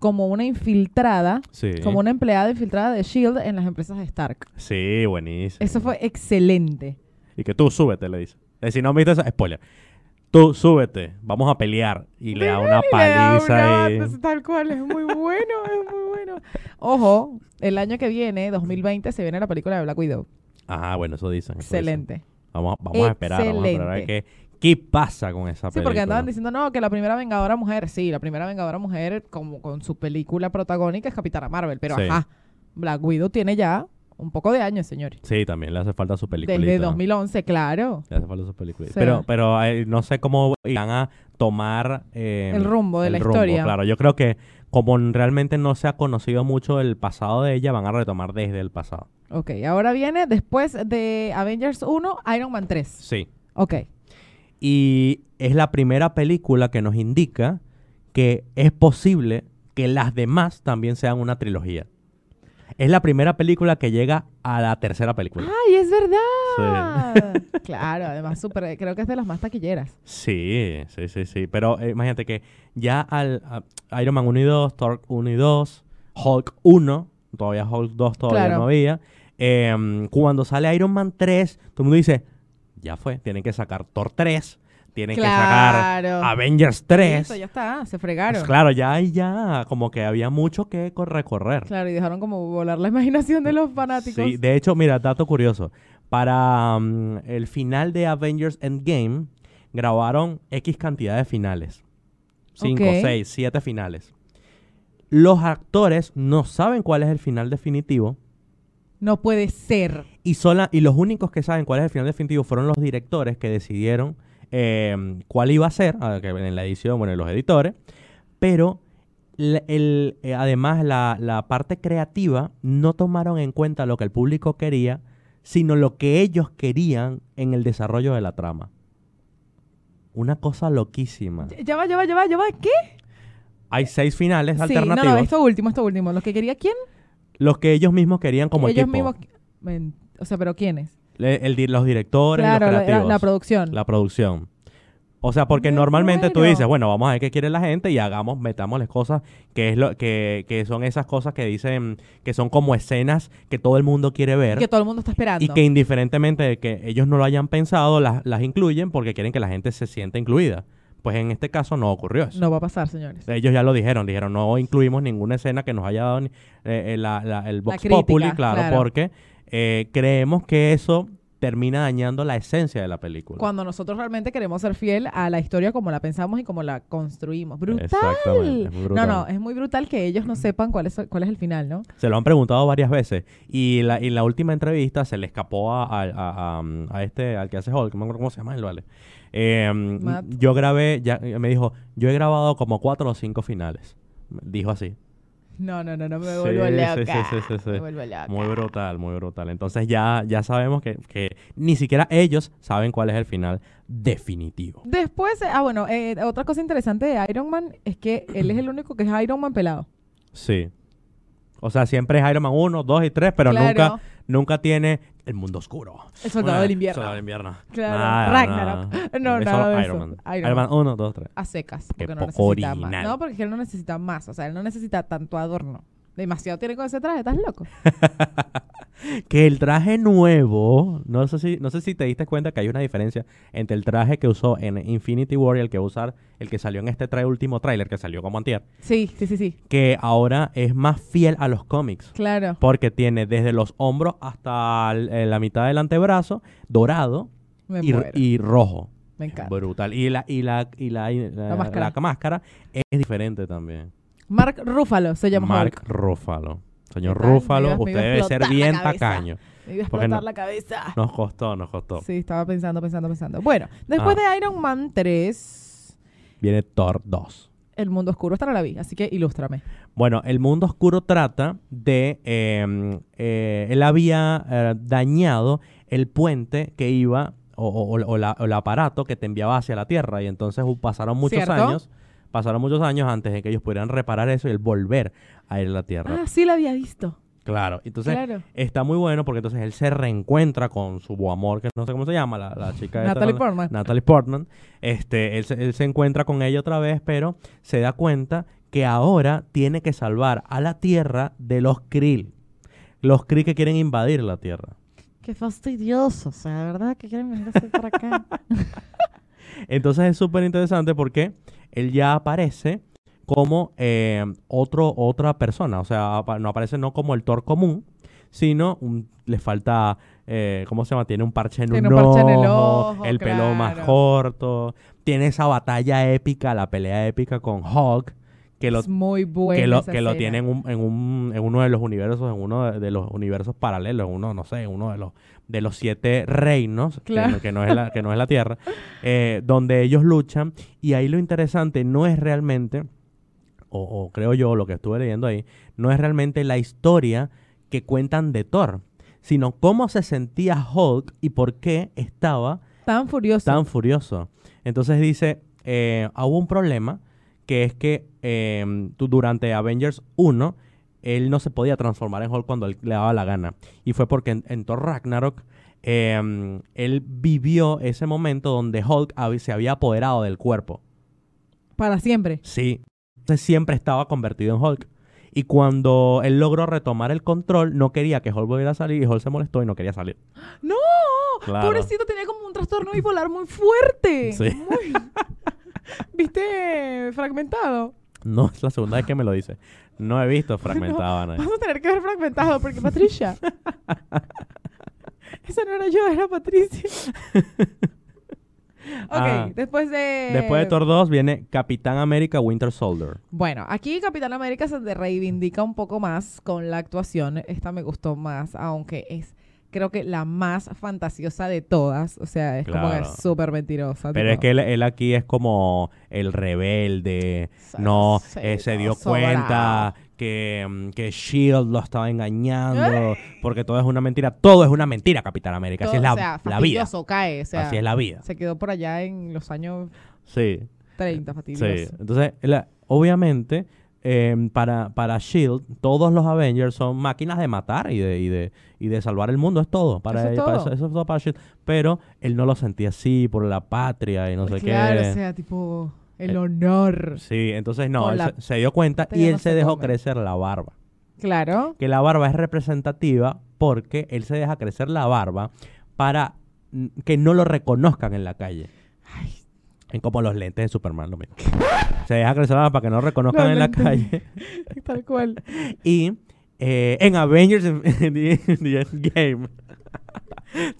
A: como una infiltrada,
B: Sí.
A: como una empleada infiltrada de S.H.I.E.L.D. E en las empresas de Stark.
B: Sí, buenísimo.
A: Eso fue excelente.
B: Y que tú súbete, le dice. Eh, si no viste esa, spoiler. Tú súbete, vamos a pelear.
A: *laughs*
B: Y le da una
A: Le da
B: paliza
A: una-
B: ahí.
A: pues, Tal cual, es
B: *laughs*
A: muy bueno, es muy bueno. Ojo, el año que viene, 2020, se viene la película de Black Widow.
B: Ajá, bueno, eso dicen. eso dicen.
A: Excelente.
B: Vamos, vamos a esperar, vamos a esperar a ver qué, qué pasa con esa
A: Sí,
B: película.
A: porque andaban diciendo, no, que la primera Vengadora Mujer, sí, la primera Vengadora Mujer como con su película protagónica es Capitana Marvel, pero
B: Sí.
A: ajá, Black Widow tiene ya un poco de años, señores.
B: Sí, también le hace falta su película.
A: Desde 2011, claro.
B: Le hace falta su película.
A: Sí.
B: Pero, pero eh, no sé cómo irán a tomar eh,
A: El rumbo de
B: el
A: la
B: rumbo,
A: historia.
B: Claro, yo creo que como realmente no se ha conocido mucho el pasado de ella, van a retomar desde el pasado.
A: Ok, ahora viene después de Avengers 1, Iron Man 3.
B: Sí.
A: Ok,
B: Y es la primera película que nos indica que es posible que las demás también sean una trilogía. Es la primera película que llega a la tercera película.
A: ¡Ay, es verdad! *laughs* claro, además super, creo que es de las más taquilleras.
B: Sí, sí, sí, sí. Pero eh, imagínate que ya al a- Iron Man 1 y 2, Thor 1 y 2, Hulk 1, todavía Hulk 2 todavía
A: Claro.
B: no había. em, cuando sale Iron Man 3, todo el mundo dice, ya fue, tienen que sacar Thor 3, tienen que
A: Claro.
B: sacar Avengers 3.
A: Listo, ya está, se fregaron.
B: Pues claro, ya ahí ya, como que había mucho que co- recorrer.
A: Claro, y dejaron como volar la imaginación de los fanáticos.
B: Sí, de hecho, mira, dato curioso. Para mm, el final de Avengers Endgame, grabaron X cantidad de finales. 5,
A: Ok.
B: 6, 7 finales. Los actores no saben cuál es el final definitivo
A: No puede ser.
B: y, sola, y los únicos que saben cuál es el final definitivo fueron los directores que decidieron eh, cuál iba a ser, a- que en la edición, bueno, y los editores, pero la- el- eh, además la, la parte creativa no tomaron en cuenta lo que el público quería, sino lo que ellos querían en el desarrollo de la trama. Una cosa loquísima.
A: Ya va, ya va, ya va, ya va. ¿Qué?
B: hay seis finales
A: Sí, no,
B: alternativos.
A: no, esto último, esto último. Los que quería, ¿quién?
B: Los que ellos mismos querían como
A: Ellos
B: equipo.
A: mismos. Men- O sea, ¿pero quiénes?
B: Le- el di- los directores,
A: Claro,
B: los
A: la,
B: creativos.
A: la- la producción.
B: la producción. O sea, porque
A: Me
B: normalmente tú
A: muero.
B: dices, bueno, vamos a ver qué quiere la gente y hagamos, metamos las cosas que es lo que, que son esas cosas que dicen que son como escenas que todo el mundo quiere ver
A: que todo el mundo está esperando.
B: y que indiferentemente de que ellos no lo hayan pensado, las, las incluyen porque quieren que la gente se sienta incluida. Pues en este caso no ocurrió eso.
A: No va a pasar, señores.
B: Ellos ya lo dijeron, dijeron, no incluimos ninguna escena que nos haya dado ni- eh, eh, la- la- el Vox
A: crítica,
B: Populi, claro,
A: claro.
B: porque eh, creemos que eso termina dañando la esencia de la película.
A: Cuando nosotros realmente queremos ser fiel a la historia como la pensamos y como la construimos. Brutal.
B: Exactamente, es muy brutal.
A: No, no, es muy brutal que ellos no sepan cuál es, cuál es el final, ¿no?
B: Se lo han preguntado varias veces. Y la, y la última entrevista se le escapó a, a- a- a- a este, al que hace Hulk, no me acuerdo cómo se llama él, ¿vale? Eh,
A: Matt.
B: yo grabé, ya, eh, me dijo, yo he grabado como cuatro o cinco finales. Dijo así.
A: No, no, no, no me
B: Sí,
A: vuelvo
B: sí,
A: loca.
B: sí, sí, sí, sí.
A: Me vuelvo loca.
B: Muy brutal, muy brutal. Entonces ya, ya sabemos que, que ni siquiera ellos saben cuál es el final definitivo.
A: Después, eh, ah, bueno, eh, otra cosa interesante de Iron Man es que él
B: *clears throat*
A: es el único que es Iron Man pelado.
B: Sí. O sea, siempre es Iron Man 1, 2 y 3, pero
A: Claro.
B: nunca, nunca tiene el mundo oscuro.
A: El soldado
B: Ah,
A: del invierno.
B: Soldado del invierno.
A: Claro,
B: Nada,
A: Ragnarok.
B: nada.
A: No,
B: Es
A: nada
B: solo
A: de
B: Iron
A: eso.
B: Man.
A: Iron
B: Iron Man 1, 2, 3.
A: A secas,
B: Qué
A: porque no
B: poco
A: necesita más.
B: original.
A: No, porque él no necesita más. O sea, él no necesita tanto adorno. Demasiado tiene con ese traje, estás loco.
B: Que el traje nuevo, no sé si no sé si te diste cuenta que hay una diferencia entre el traje que usó en Infinity War y el que va a usar el que salió en este tra- último tráiler que salió como antier,
A: Sí, sí, sí, sí.
B: que ahora es más fiel a los cómics.
A: Claro.
B: Porque tiene desde los hombros hasta el- eh, la mitad del antebrazo dorado
A: Me
B: y,
A: muero.
B: y rojo.
A: Me encanta.
B: Brutal. Y la, y la, y la, y la-
A: La máscara.
B: la máscara es diferente también.
A: Mark Ruffalo se llama
B: Mark
A: Hulk.
B: Ruffalo. Señor
A: ¿Qué tal? Me
B: Ruffalo,
A: iba- me
B: usted
A: iba a
B: debe ser
A: explotar la
B: bien
A: cabeza.
B: tacaño.
A: Me iba a
B: ¿Por qué
A: explotar
B: no?
A: la cabeza.
B: Nos costó, nos costó.
A: Sí, estaba pensando, pensando, pensando. Bueno, después
B: Ah.
A: de Iron Man 3,
B: Viene Thor 2.
A: El Mundo Oscuro. Esta no la vi, así que ilústrame.
B: Bueno, el mundo oscuro trata de... eh, eh, él había eh, dañado el puente que iba, o, o- o la- o el aparato que te enviaba hacia la Tierra. Y entonces uh, pasaron muchos
A: ¿Cierto?
B: años. Pasaron muchos años antes de que ellos pudieran reparar eso y el volver a ir a la Tierra.
A: Ah, sí la había visto.
B: Claro. Entonces,
A: claro.
B: Está muy bueno porque entonces él se reencuentra con su amor, que no sé cómo se llama, la, la chica esta
A: Natalie
B: con-
A: Portman.
B: Natalie Portman. Este, él, se- él se encuentra con ella otra vez, pero se da cuenta que ahora tiene que salvar a la Tierra de los Krill. Los Krill que quieren invadir la Tierra.
A: Qué fastidioso, o sea, de verdad que quieren venir a hacer para acá.
B: Entonces es súper interesante porque él ya aparece como eh, otro, otra persona. O sea, apa- no aparece no como el Thor común, sino un- le falta, eh, ¿cómo se llama? Tiene un parche en,
A: Tiene
B: un,
A: un parche en
B: ojo,
A: el
B: el
A: ojo,
B: pelo más
A: claro.
B: corto. Tiene esa batalla épica, la pelea épica con Hulk, *laughs* que lo,
A: es muy bueno.
B: que lo, que lo tiene en, un- en, un- en uno de los universos, en uno de, de los universos paralelos, uno, no sé, en uno de los, de los siete reinos, que
A: Claro.
B: no- que, no es la, que no es la Tierra, eh, donde ellos luchan. Y ahí lo interesante no es realmente, o, o creo yo, lo que estuve leyendo ahí, no es realmente la historia que cuentan de Thor, sino cómo se sentía Hulk y por qué estaba
A: Tan furioso.
B: tan furioso. Entonces dice, eh, hubo un problema que es que eh, tú- durante Avengers 1 él no se podía transformar en Hulk cuando él le daba la gana. Y fue porque en, en Thor Ragnarok eh, él vivió ese momento donde Hulk hab- se había apoderado del cuerpo.
A: Para siempre.
B: Sí. Entonces siempre estaba convertido en Hulk. Y cuando él logró retomar el control, no quería que Hulk volviera a salir y Hulk se molestó y no quería salir.
A: ¡No!
B: Claro.
A: Pobrecito tenía como un trastorno bipolar muy fuerte.
B: Sí. *laughs*
A: Muy- ¿Viste? Fragmentado.
B: No, es la segunda vez que me lo dice. No he visto fragmentado a nadie.
A: Vamos a tener que ver fragmentado porque
B: *laughs*
A: Patricia. Esa no era yo, era
B: *laughs*
A: Patricia. ok,
B: Ah.
A: después de.
B: Después de Thor 2 viene Capitán América Winter Soldier.
A: Bueno, aquí Capitán América se te reivindica un poco más con la actuación. Esta me gustó más, aunque es creo que la más fantasiosa de todas. O sea, es como
B: Claro.
A: que es súper mentirosa.
B: Pero
A: tipo,
B: es que él, él aquí es como el rebelde. No,
A: sí,
B: eh, se
A: no,
B: dio
A: sobrao.
B: cuenta que, mm, que Shield lo estaba engañando. Porque todo es una mentira. Todo es una mentira, Capitán América.
A: Todo-
B: Así es la,
A: o sea,
B: la vida.
A: fastidioso, cae. O sea,
B: Así es la vida.
A: se quedó por allá en los años
B: Sí,
A: 30,
B: sí.
A: fastidioso.
B: Entonces, la- obviamente, eh, para, para Shield, todos los Avengers son máquinas de matar y de, y de, y de salvar el mundo, es todo. Para
A: Eso es
B: él, para
A: todo.
B: eso, eso es todo para Shield. E Pero él no lo sentía así por la patria y no sé
A: Pues claro,
B: qué.
A: o sea, tipo, el
B: Eh,
A: honor.
B: Sí, entonces no,
A: Con
B: él
A: la
B: se, se dio cuenta y
A: patria
B: él
A: no
B: se
A: se
B: dejó
A: come.
B: crecer la barba. *laughs*
A: Claro.
B: Que la barba es representativa porque él se deja crecer la barba para mm, que no lo reconozcan en la calle.
A: Ay,
B: Es como los lentes de Superman, lo mismo. Se deja crecer la barba para que no lo reconozcan
A: Los
B: en la
A: lentes.
B: calle.
A: tal cual.
B: Y eh, en Avengers
A: *laughs*
B: Game.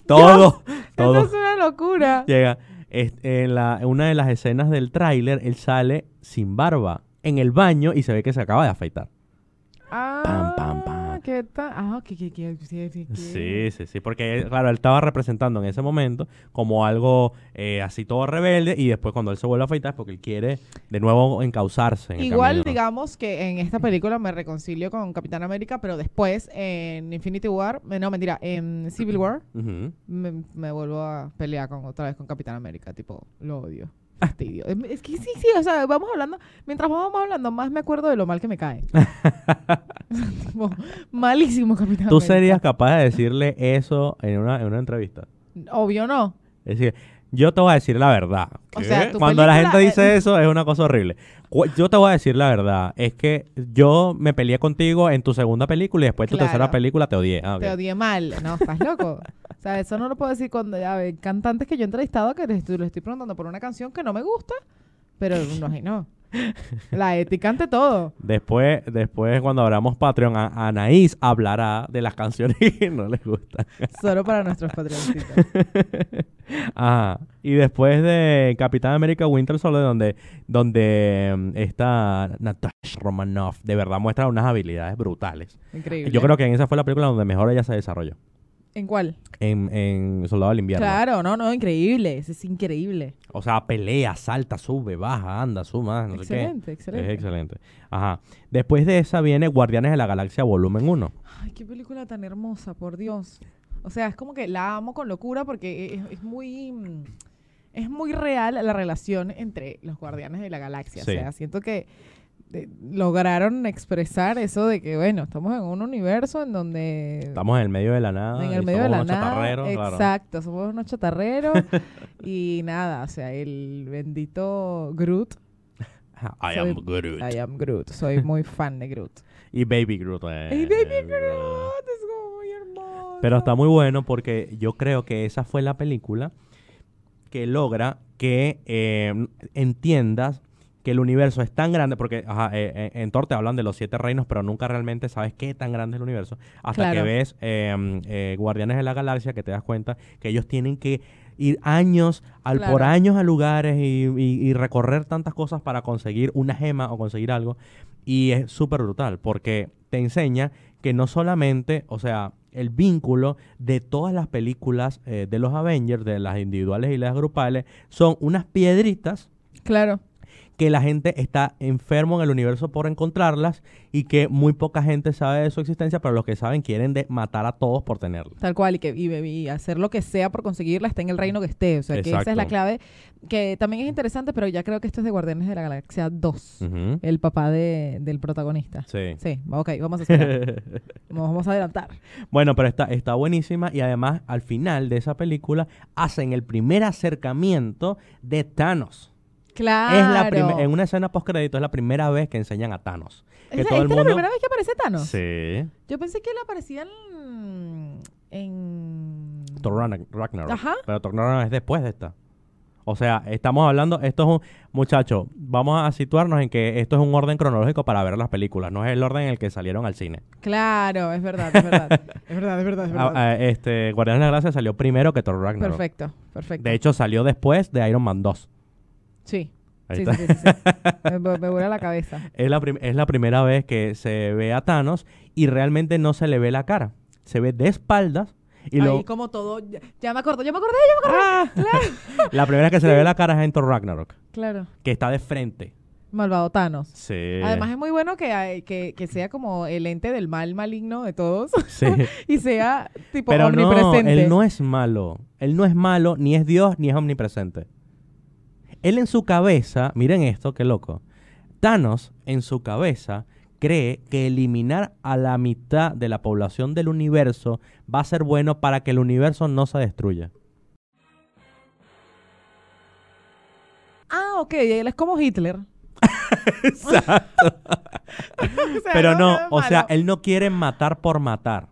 B: todo, todo.
A: Esto es una locura.
B: Llega. Es- en, la, en una de las escenas del tráiler, él sale sin barba en el baño y se ve que se acaba de afeitar.
A: Ah,
B: Pam, pam, pam.
A: ¿Qué tal? Ah, que, que, que, sí, sí, que-
B: Sí, sí, sí, porque él, claro, él estaba representando en ese momento como algo eh, así todo rebelde y después cuando él se vuelve a afeitar es porque él quiere de nuevo encauzarse. En el
A: Igual,
B: camino, ¿no?
A: digamos que en esta película me reconcilio con Capitán América, pero después en Infinity War, eh, no, mentira, en Civil War,
B: Ujú.
A: me, me vuelvo a pelear con otra vez con Capitán América, tipo, lo odio. Fastidio. Em, Es que sí, sí, o sea, vamos hablando, mientras vamos hablando, más me acuerdo de lo mal que me
B: *laughs*
A: cae. *laughs* Tipo, malísimo Capitán
B: ¿Tú
A: América.
B: serías capaz de decirle eso en una, en una entrevista?
A: Obvio no.
B: Es decir, yo te voy a decir la verdad.
A: O sea, tu
B: Cuando la
A: película-
B: gente dice eso es una cosa horrible. Cu- Yo te voy a decir la verdad. Es que yo me peleé contigo en tu segunda película y después en tu
A: Claro.
B: tercera película te odié. Ah, ok.
A: Te odié mal. No, estás loco. o sea, eso no lo puedo decir cuando... A ver, cantantes que yo he entrevistado que les estoy, les estoy preguntando por una canción que no me gusta, pero no, ay, no. La ética ante todo.
B: Después, después cuando abramos Patreon, a- Anaís hablará de las canciones *laughs* que no les gustan.
A: Solo para nuestros patroncitos.
B: *laughs* Ajá. Y después de Capitán América Winter Soldier, donde, donde mm, esta Natasha Romanoff de verdad muestra unas habilidades brutales.
A: Increíble.
B: Yo creo que en esa fue la película donde mejor ella se desarrolló.
A: ¿En cuál?
B: en, en Soldado del Invierno.
A: Claro, no, no, increíble. Ese es increíble.
B: O sea, pelea, salta, sube, baja, anda, suma, no sé
A: excelente,
B: qué.
A: excelente.
B: Es excelente. Ajá. Después de esa viene Guardianes de la Galaxia Volumen 1.
A: Ay, qué película tan hermosa, por Dios. O sea, es como que la amo con locura porque e, es, es muy mm, es muy real la relación entre los guardianes de la galaxia.
B: Sí.
A: O sea, siento que eh, lograron expresar eso de que, bueno, estamos en un universo en donde...
B: Estamos en el medio de la nada.
A: en
B: y
A: el medio de
B: somos
A: la
B: unos
A: nada.
B: chatarreros, claro.
A: Exacto, somos unos chatarreros.
B: *laughs*
A: y nada, o sea, el bendito Groot.
B: Ajá, I
A: Soy-
B: am Groot.
A: I am Groot. Soy muy fan de
B: *laughs*
A: Groot.
B: Y Baby Groot. eh,
A: Y Baby Groot es como muy hermoso.
B: Pero está muy bueno porque yo creo que esa fue la película que logra que eh, entiendas que el universo es tan grande, porque ajá, eh, eh, en Thor te hablan de los siete reinos, pero nunca realmente sabes qué tan grande es el universo, hasta que
A: Claro.
B: ves eh, mm, eh, Guardianes de la Galaxia, que te das cuenta que ellos tienen que ir años, al, por
A: Claro.
B: años a lugares y, y- y recorrer tantas cosas para conseguir una gema o conseguir algo. Y es súper brutal porque te enseña que no solamente, o sea, el vínculo de todas las películas eh, de los Avengers, de las individuales y las grupales, son unas piedritas
A: Claro.
B: que la gente está enfermo en el universo por encontrarlas y que muy poca gente sabe de su existencia, pero los que saben quieren de matar a todos por tenerlas.
A: Tal cual, y, que, y, y hacer lo que sea por conseguirla, esté en el reino que esté. O sea, que esa es la
B: Exacto.
A: clave, que también es interesante, pero ya creo que esto es de Guardianes de la Galaxia 2,
B: Ujú.
A: el papá de- del protagonista.
B: Mm. Sí.
A: *laughs* Sí, ok, vamos a
B: *laughs*
A: esperar. Nos vamos a adelantar.
B: Bueno, pero está, está buenísima y además al final de esa película hacen el primer acercamiento de Thanos.
A: Claro.
B: Es la prim- en una escena post crédito es la primera vez que enseñan a Thanos. que
A: Esa-
B: todo
A: ¿Esta
B: el
A: es la
B: mundo-
A: primera vez que aparece Thanos?
B: Sí.
A: Yo pensé que él aparecía en... en...
B: Thor Ragnar- Ragnarok.
A: Ajá.
B: Pero Thor Ragnarok es después de esta. O sea, estamos hablando, esto es un, muchacho, vamos a situarnos en que esto es un orden cronológico para ver las películas, no es el orden en el que salieron al cine.
A: Claro, es verdad, es
B: *laughs*
A: verdad. es verdad, es verdad, es
B: Ah,
A: verdad.
B: ah, este, Guardianes de la Gracia salió primero que Thor Ragnarok.
A: perfecto, perfecto.
B: De hecho, salió después de Iron Man 2.
A: sí.
B: Ahí
A: Sí,
B: está.
A: sí, sí, sí, sí.
B: *laughs*
A: Me, me vuela la cabeza.
B: Es la, prim- es la primera vez que se ve a Thanos y realmente no se le ve la cara. Se ve de espaldas y
A: Ahí
B: luego
A: como todo. Ya, ya me acuerdo, ya me acordé, ya me acordé.
B: la primera vez que se le ve la cara es en Thor Ragnarok,
A: Claro.
B: que está de frente.
A: Malvado Thanos.
B: Sí.
A: Además es muy bueno que, hay- que, que sea como el ente del mal maligno de todos
B: *laughs*
A: *laughs*
B: sí.
A: y sea tipo
B: *laughs* Pero no,
A: omnipresente.
B: él no es malo. Él no es malo, ni es Dios, ni es omnipresente. Él en su cabeza, miren esto, qué loco. Thanos en su cabeza cree que eliminar a la mitad de la población del universo va a ser bueno para que el universo no se destruya.
A: Ah, ok, él es como Hitler.
B: *laughs* Exacto.
A: *laughs* O sea,
B: Pero no,
A: es
B: o sea,
A: malo.
B: él no quiere matar por matar.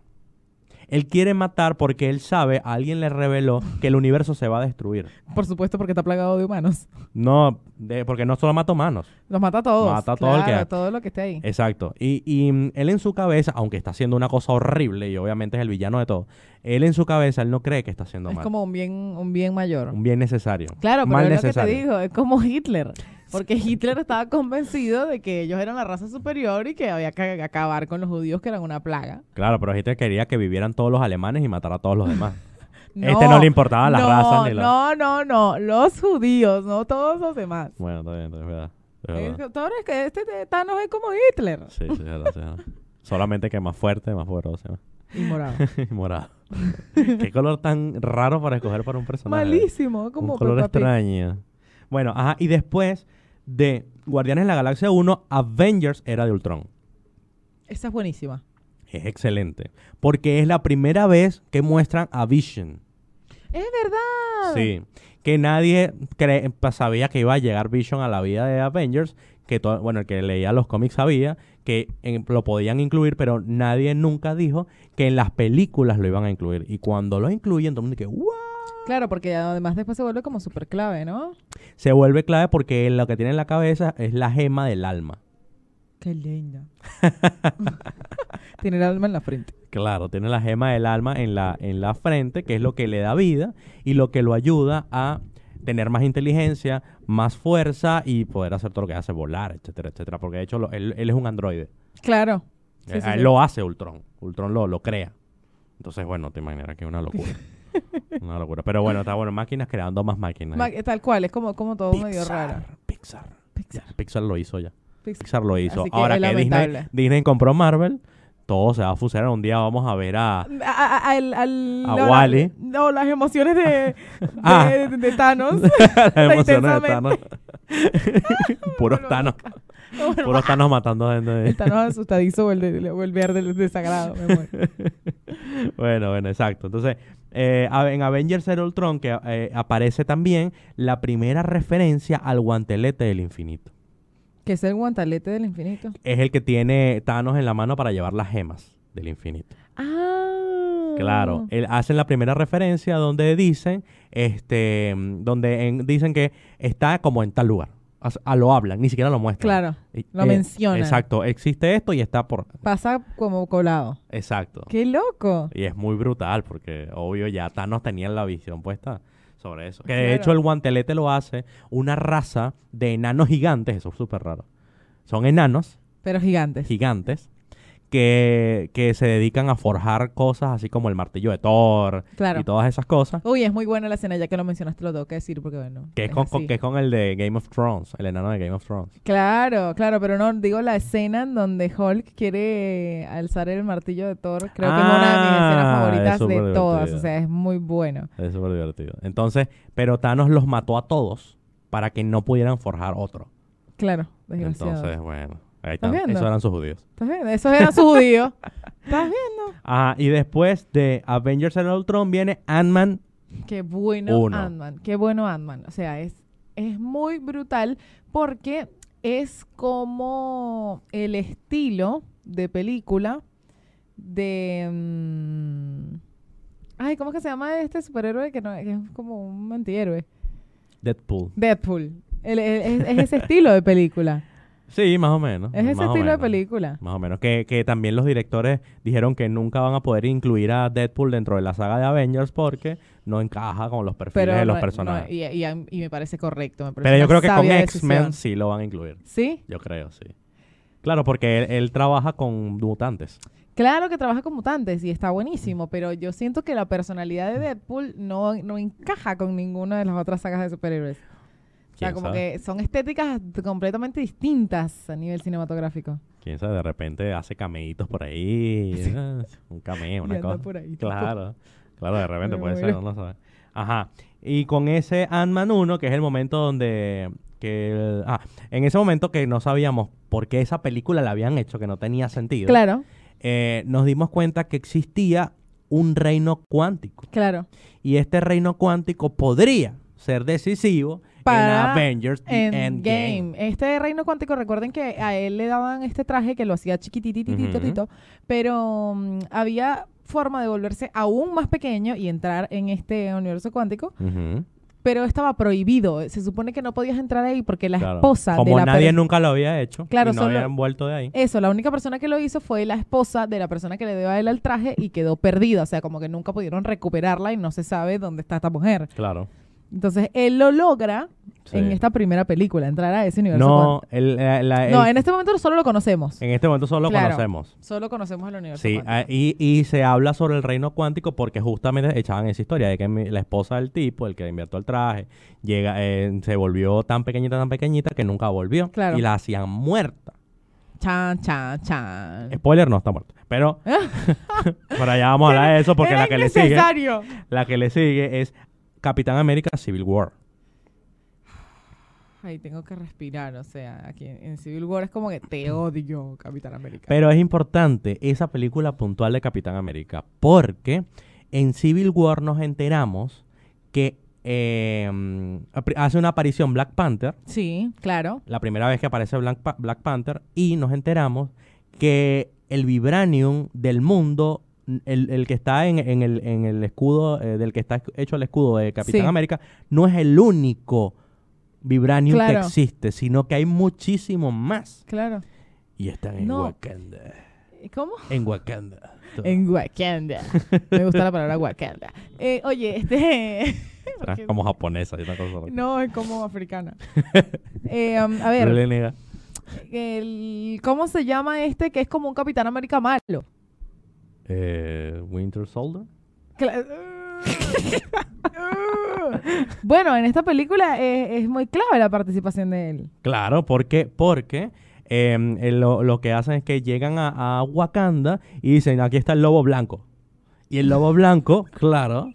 B: Él quiere matar porque él sabe, alguien le reveló que el universo se va a destruir.
A: Por supuesto, porque está plagado de humanos.
B: No, de- porque no solo mata humanos.
A: Los mata a todos.
B: Mata a todo el que-
A: Claro, todo lo que esté ahí.
B: Exacto. Y, y, mm, él en su cabeza, aunque está haciendo una cosa horrible y obviamente es el villano de todo, él en su cabeza, él no cree que está haciendo
A: es
B: mal.
A: como un bien, un bien mayor.
B: Un bien necesario.
A: Claro, pero
B: mal
A: es
B: necesario.
A: lo que te digo, es como Hitler. Porque Hitler estaba convencido de que ellos eran la raza superior y que había que acabar con los judíos que eran una plaga.
B: Claro, pero Hitler quería que vivieran todos los alemanes y matar a todos
A: *laughs*
B: los demás.
A: No,
B: este no le importaba la
A: no,
B: raza ni la...
A: No, no, no. Los judíos, no todos los demás.
B: Bueno, está bien, está bien, es verdad. Es
A: Es
B: verdad.
A: que- todo es que este de Thanos es como Hitler.
B: Sí, sí, es verdad, sí, es verdad. Solamente que más fuerte, más poderoso.
A: Y
B: *laughs*
A: morado.
B: ¿no? Y morado. Qué color tan raro para escoger para un personaje.
A: Malísimo, como
B: un color
A: Peppa Pig.
B: extraño. Bueno, ajá, y después de Guardianes de la Galaxia 1, Avengers Era de Ultron.
A: Esa es buenísima.
B: Es excelente. Porque es la primera vez que muestran a Vision.
A: Es verdad.
B: Sí. Que nadie cre- pa- sabía que iba a llegar Vision a la vida de Avengers. Que todo, bueno, el que leía los cómics sabía que en- lo podían incluir, pero nadie nunca dijo que en las películas lo iban a incluir. Y cuando lo incluyen, todo el mundo dice, "Wow".
A: Claro, porque además después se vuelve como súper clave, ¿no?
B: Se vuelve clave porque lo que tiene en la cabeza es la gema del alma.
A: Qué
B: *laughs*
A: linda. *laughs* Tiene el alma en la frente.
B: Claro, tiene la gema del alma en la, en la frente, que es lo que le da vida y lo que lo ayuda a tener más inteligencia, más fuerza y poder hacer todo lo que hace, volar, etcétera, etcétera. Porque de hecho lo- él, él es un androide.
A: Claro. Sí,
B: Eh,
A: sí,
B: a él
A: sí.
B: Lo hace Ultron. Ultron lo, lo crea. Entonces, bueno, te imaginas que es
A: *laughs*
B: una locura. una locura. Pero bueno, está bueno. Máquinas creando más máquinas.
A: Ma- Tal cual, es como, como todo medio raro.
B: Pixar.
A: Pixar.
B: Pixar lo hizo ya.
A: Pixar.
B: Pixar lo hizo.
A: Así que
B: Ahora
A: es
B: que Disney,
A: lamentable.
B: Disney compró Marvel, todo se va a fusionar. Un día vamos a ver a, *laughs*
A: A, a- a- al- al-
B: A
A: la-
B: Wall-E.
A: No, las emociones de, de,
B: *laughs* Ah.
A: de- de Thanos.
B: *laughs* Las emociones de
A: Intensamente.
B: Thanos.
A: *laughs*
B: Puros
A: vuelvo
B: Thanos.
A: Oh, Bueno,
B: Puros Thanos matando gente. *laughs*
A: el Thanos asustadizo o el, de, o el verde el desagrado. me muero.
B: Bueno, bueno, exacto. Entonces, eh, a- en Avengers Era Ultron, que eh, aparece también la primera referencia al guantelete del infinito.
A: que es el guantalete del infinito.
B: Es el que tiene Thanos en la mano para llevar las gemas del infinito.
A: Ah.
B: Claro, él- hacen la primera referencia donde dicen, este, mm, donde en- dicen que está como en tal lugar. O sea, ah, lo hablan, ni siquiera lo muestran.
A: Claro.
B: Y- eh,
A: lo mencionan.
B: Exacto, existe esto y está por...
A: Pasa como colado.
B: Exacto.
A: ¡Qué loco!
B: Y es muy brutal porque, obvio, ya Thanos tenía la visión puesta sobre eso. Que de
A: Claro.
B: hecho el guantelete lo hace una raza de enanos gigantes, eso es súper raro. Son enanos
A: Pero gigantes.
B: gigantes que, que se dedican a forjar cosas así como el martillo de Thor
A: Claro.
B: y todas esas cosas.
A: Uy, es muy buena la escena, ya que lo mencionaste, lo tengo que decir porque bueno.
B: Que es,
A: es
B: con, con-
A: así.
B: que es con el de Game of Thrones, el enano de Game of Thrones.
A: Claro, claro, pero no, digo la escena en donde Hulk quiere alzar el martillo de Thor. Creo que es una de mis escenas
B: Ah,
A: favoritas
B: es
A: de
B: superdivertida.
A: todas. O sea, es muy bueno.
B: Es súper divertido. Entonces, pero Thanos los mató a todos para que no pudieran forjar otro.
A: Claro, desgraciado.
B: Entonces, bueno,
A: ¿Estás
B: ahí están.
A: viendo?
B: Esos eran sus judíos.
A: ¿Estás viendo? Esos eran sus judíos. ¿Estás
B: *laughs*
A: viendo?
B: Ajá, Ah, y después de Avengers and Ultron viene Ant-Man.
A: Qué bueno
B: Uno.
A: Ant-Man. Qué bueno Ant-Man. O sea, es, es muy brutal porque es como el estilo de película de... mm, ay, ¿cómo es que se llama este superhéroe que, no, que es como un antihéroe?
B: Deadpool.
A: Deadpool. El- el- es, es ese estilo de película.
B: Sí, más o menos.
A: Es ese
B: más o
A: estilo de
B: menos.
A: película.
B: Más o menos. Que, que también los directores dijeron que nunca van a poder incluir a Deadpool dentro de la saga de Avengers porque no encaja con los perfiles
A: Pero
B: de los
A: no-
B: personajes.
A: no, y, y- y me parece correcto. me parece
B: Pero yo
A: una
B: creo que con
A: sabia
B: X-Men
A: decisión.
B: sí lo van a incluir.
A: ¿Sí?
B: Yo creo, sí. Claro, porque él, él trabaja con mutantes.
A: Claro que trabaja con mutantes y está buenísimo, pero yo siento que la personalidad de Deadpool no, no encaja con ninguna de las otras sagas de superhéroes. O sea,
B: ¿Quién
A: como
B: sabe?
A: que son estéticas completamente distintas a nivel cinematográfico.
B: Quién sabe, de repente hace cameitos por ahí. eh, *laughs* Un cameo,
A: Y
B: una
A: anda
B: cosa.
A: por ahí, tipo,
B: Claro, claro, de repente
A: Me
B: puede ser,
A: muero.
B: no lo sabes. Ajá. Y con ese Ant-Man 1, que es el momento donde que el- ah, en ese momento que no sabíamos por qué esa película la habían hecho, que no tenía sentido,
A: Claro,
B: eh, nos dimos cuenta que existía un reino cuántico.
A: claro.
B: Y este reino cuántico podría ser decisivo en
A: Para
B: Avengers The Endgame.
A: Endgame. Este reino cuántico, recuerden que a él le daban este traje que lo hacía chiquitititito,
B: Ujú.
A: tito, pero mm, había forma de volverse aún más pequeño y entrar en este universo cuántico,
B: Ujú,
A: pero estaba prohibido. Se supone que no podías entrar ahí porque la
B: claro.
A: esposa
B: Como
A: de la
B: nadie
A: per-
B: nunca lo había hecho.
A: Claro,
B: y no
A: solo-
B: habían vuelto de ahí.
A: Eso, la única persona que lo hizo fue la esposa de la persona que le dio a él el traje y quedó perdida, o sea, como que nunca pudieron recuperarla y no se sabe dónde está esta mujer.
B: Claro.
A: Entonces, él lo logra
B: sí.
A: en esta primera película, entrar a ese universo.
B: No,
A: cuántico.
B: el- la- la-
A: no,
B: el-
A: en este momento solo lo conocemos.
B: en este momento solo
A: Claro.
B: conocemos.
A: Solo conocemos el universo.
B: Sí,
A: cuántico.
B: ah, y, y se habla sobre el reino cuántico porque justamente echaban esa historia de que mi- la esposa del tipo, el que inventó el traje, llega, eh, se volvió tan pequeñita, tan pequeñita que nunca volvió.
A: Claro.
B: Y la hacían muerta.
A: Chan, chan, chan.
B: Spoiler, no está muerta. Pero por allá vamos a hablar de eso porque
A: Era
B: la que le sigue,
A: innecesario.
B: la que le sigue es Capitán América Civil War.
A: Ay, tengo que respirar, o sea, aquí en, en Civil War es como que te odio, Capitán América.
B: Pero es importante esa película puntual de Capitán América porque en Civil War nos enteramos que eh, mm, apri- hace una aparición Black Panther,
A: sí, claro.
B: la primera vez que aparece Black, Pa- Black Panther, y nos enteramos que el vibranium del mundo, n- el, el que está en, en el, en el escudo, eh, del que está hecho el escudo de Capitán
A: Sí.
B: América, no es el único vibranium que
A: Claro.
B: existe, sino que hay muchísimo más.
A: Claro.
B: Y están en
A: No.
B: Wakanda.
A: ¿Cómo?
B: En Wakanda.
A: En Wakanda. Me gusta la palabra Wakanda. Eh, oye, este. *laughs*
B: Ah,
A: porque-
B: como japonesa, y una cosa rara.
A: No, es como
B: *laughs*
A: africana. Eh, um, a
B: No
A: ver,
B: le niega.
A: el- ¿cómo se llama este que es como un Capitán América malo?
B: Eh, Winter Soldier.
A: Cla- *laughs* bueno, en esta película eh, es, es muy clave la participación de él.
B: Claro, porque, porque em, eh, lo, lo que hacen es que llegan a, a Wakanda y dicen, aquí está el lobo blanco. Y el lobo blanco,
A: *laughs*
B: claro.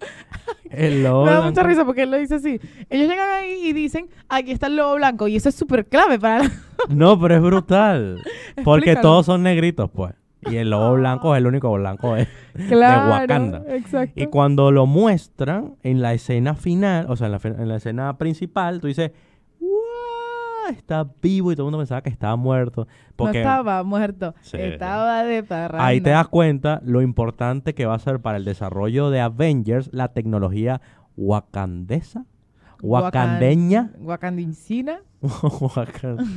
B: El lobo
A: Me da
B: blanco-
A: mucha risa porque él lo dice así. Ellos llegan ahí y dicen, aquí está el lobo blanco. Y eso es súper clave para la-
B: No, pero
A: *laughs*
B: es brutal. porque
A: Explícalo.
B: todos son negritos, pues. Y el lobo blanco es el único blanco de, *laughs* de Wakanda.
A: Exacto.
B: Y cuando lo muestran en la escena final, o sea, en la, fe- en la escena principal, tú dices, "Guau, está vivo y todo el mundo pensaba que estaba muerto. Porque
A: no estaba muerto.
B: Sí.
A: Estaba de parranda.
B: ahí te das cuenta lo importante que va a ser para el desarrollo de Avengers la tecnología wakandesa, wakandeña, *laughs*
A: Wakandincina.
B: wakan-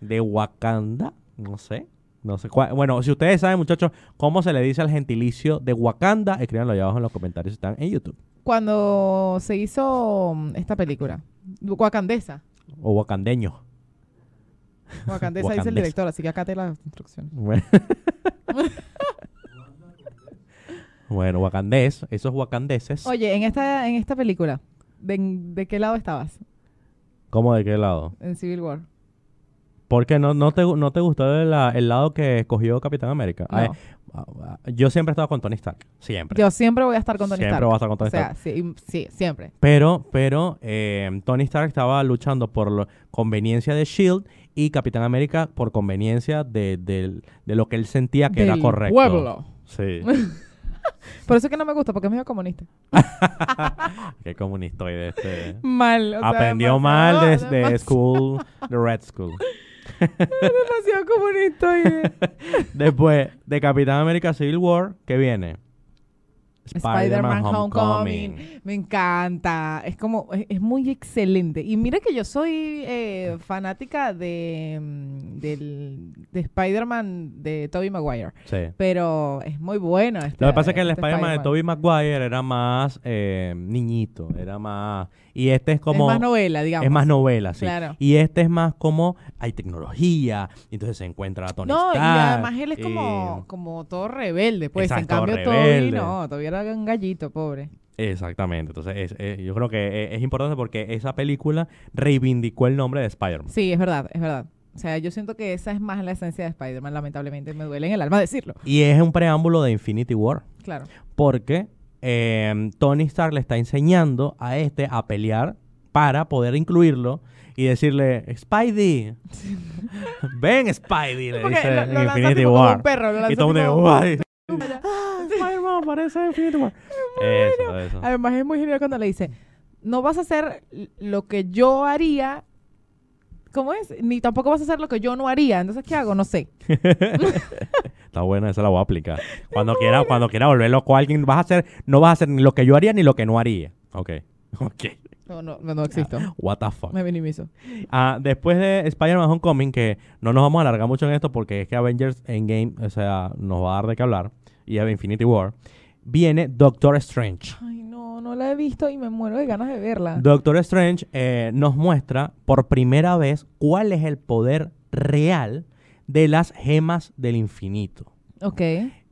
B: de Wakanda, no sé. No sé cuál. Bueno, si ustedes saben, muchachos, cómo se le dice al gentilicio de Wakanda, escríbanlo allá abajo en los comentarios si están en YouTube.
A: Cuando se hizo mm, esta película. Wakandesa.
B: O wakandeño.
A: Wakandesa dice el
B: Wakandesa.
A: director, así que acá te las instrucciones.
B: Bueno. bueno, wakandés, esos wakandeses.
A: Oye, en esta, en esta película, ¿de, de qué lado estabas
B: ¿Cómo de qué lado?
A: en Civil War?
B: Porque no, no, te, no te gustó el, la- el lado que escogió Capitán América.
A: No.
B: Ay, ah, ah, yo siempre he estado con Tony Stark. Siempre.
A: Yo siempre voy a estar con Tony
B: siempre
A: Stark.
B: voy a estar con Tony
A: o sea,
B: Stark.
A: sí, im- sí, siempre.
B: Pero, pero, eh, Tony Stark estaba luchando por la conveniencia de Shield E y Capitán América por conveniencia de, del- de lo que él sentía que era
A: Del
B: correcto.
A: Pueblo. *laughs*
B: Sí.
A: Por eso es que no me gusta, porque es medio comunista.
B: qué comunistoide este.
A: Mal. *laughs* o sea,
B: Aprendió
A: demasiado-
B: mal de, este, de
A: demasiado-
B: school, de red school.
A: Demasiado comunista.
B: *laughs*
A: y-
B: Después de Capitán América Civil War, ¿qué viene?
A: Spider-Man Homecoming. Me encanta. Es como, es, es muy excelente. Y mira que yo soy eh, fanática de, mm, del, de Spider-Man de Tobey Maguire.
B: Sí.
A: Pero es muy bueno. este-
B: Lo que pasa es que el
A: este
B: Spider-Man de Tobey Maguire era más eh, niñito, era más... Y este es como...
A: Es más novela, digamos.
B: es más novela, sí.
A: Claro.
B: Y este es más como hay tecnología, entonces se encuentra a Tony
A: No, y
B: Stark.
A: además él es
B: y-
A: como, como todo rebelde, pues. en
B: eh, Exacto,
A: cambio, Toby
B: rebelde.
A: no, Toby era un gallito, pobre.
B: eh, Exactamente. Entonces, es- es- yo creo que e, es, es importante porque esa película reivindicó el nombre de Spider-Man.
A: Sí, es verdad, es verdad. O sea, yo siento que esa es más la esencia de Spider-Man, lamentablemente. Me duele en el alma *laughs* decirlo.
B: Y es un preámbulo de Infinity War. *laughs*
A: Claro.
B: Porque em, eh, Tony Stark le está enseñando a este a pelear para poder incluirlo y decirle, Spidey, ven Spidey, le
A: Porque
B: dice
A: lo-
B: en
A: lo lanza
B: Infinity
A: tipo como
B: War.
A: un perro, lo
B: Y
A: lanza
B: todo el mundo,
A: tipo-
B: "Guay". *laughs* Ah, Spider-Man aparece en
A: *laughs*
B: Infinity War. Eso, eso.
A: Además es muy genial cuando le dice, no vas a hacer lo que yo haría, ¿cómo es? Ni tampoco vas a hacer lo que yo no haría. Entonces, ¿qué hago? No sé.
B: Está buena, esa la voy a aplicar. Cuando quiera, cuando quiera volver loco a alguien, vas a hacer, no vas a hacer ni lo que yo haría ni lo que no haría. Ok. *laughs* Ok.
A: No, no, no, no existo.
B: What the fuck.
A: Me minimizo.
B: Ah, después de Spider-Man Homecoming, que no nos vamos a alargar mucho en esto porque es que Avengers Endgame, o sea, nos va a dar de qué hablar, y Infinity War, viene Doctor Strange.
A: Ay, no, no la he visto y me muero de ganas de verla.
B: Doctor Strange eh, nos muestra por primera vez cuál es el poder real de las gemas del infinito.
A: Ok.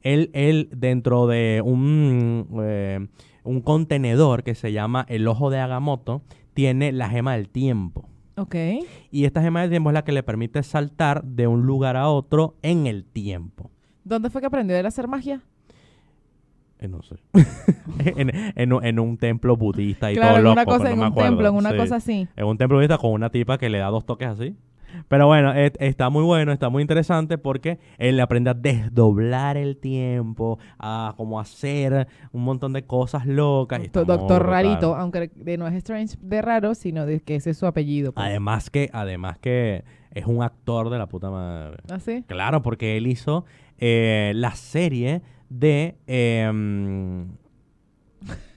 B: Él, él dentro de un, eh, un contenedor que se llama el ojo de Agamotto, tiene la gema del tiempo.
A: Ok.
B: Y esta gema del tiempo es la que le permite saltar de un lugar a otro en el tiempo.
A: ¿Dónde fue que aprendió él a hacer magia?
B: Eh, no sé. *laughs* en, en un- en un templo budista y
A: claro,
B: todo
A: en
B: loco,
A: una
B: pero
A: cosa,
B: no
A: en
B: me
A: un
B: acuerdo.
A: templo, en una
B: Sí.
A: cosa así.
B: En un templo budista con una tipa que le da dos toques así. Pero bueno, et- está muy bueno, está muy interesante porque él aprende a desdoblar el tiempo, a como hacer un montón de cosas locas. y está muy
A: Doctor
B: brutal.
A: Rarito, aunque de no es Strange de raro, sino de que ese es su apellido. pues.
B: Además que, además que es un actor de la puta madre. *laughs*
A: ¿Así?
B: Claro, porque él hizo eh, la serie de
A: *laughs*
B: em,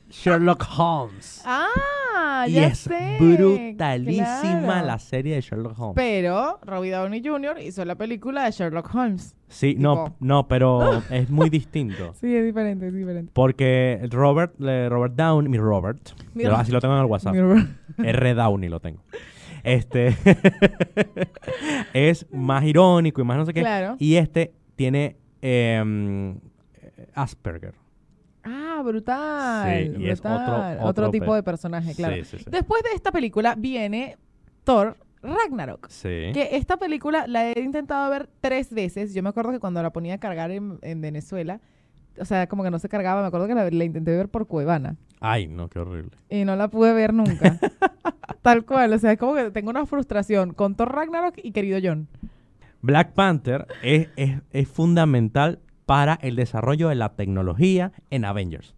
B: Sherlock Holmes.
A: Ah,
B: y
A: ya
B: es
A: sé.
B: brutalísima
A: Claro.
B: la serie de Sherlock Holmes.
A: Pero Robbie Downey Jr. hizo la película de Sherlock Holmes.
B: sí, no,
A: tipo- *laughs*
B: no, pero es muy distinto.
A: Sí, es diferente, es diferente.
B: Porque Robert, eh, Robert Downey, mi Robert,
A: Mi
B: yo
A: Robert.
B: así lo tengo en el WhatsApp. R. Downey lo tengo. Este *laughs* es más irónico y más no sé *laughs* qué.
A: Claro.
B: Y este tiene em, Asperger.
A: Ah, brutal.
B: Sí, y es otro-
A: brutal.
B: otro pe-
A: tipo de personaje, claro.
B: Sí, sí, sí.
A: Después de esta película viene Thor Ragnarok.
B: Sí.
A: Que esta película la he intentado ver tres veces. Yo me acuerdo que cuando la ponía a cargar en, en Venezuela, o sea, como que no se cargaba. Me acuerdo que la, la intenté ver por Cuevana
B: Ay, no, qué horrible.
A: y no la pude ver
B: *laughs*
A: nunca. Tal cual, o sea, es como que tengo una frustración con Thor Ragnarok y querido John.
B: Black Panther es, es- es fundamental para el desarrollo de la tecnología en Avengers.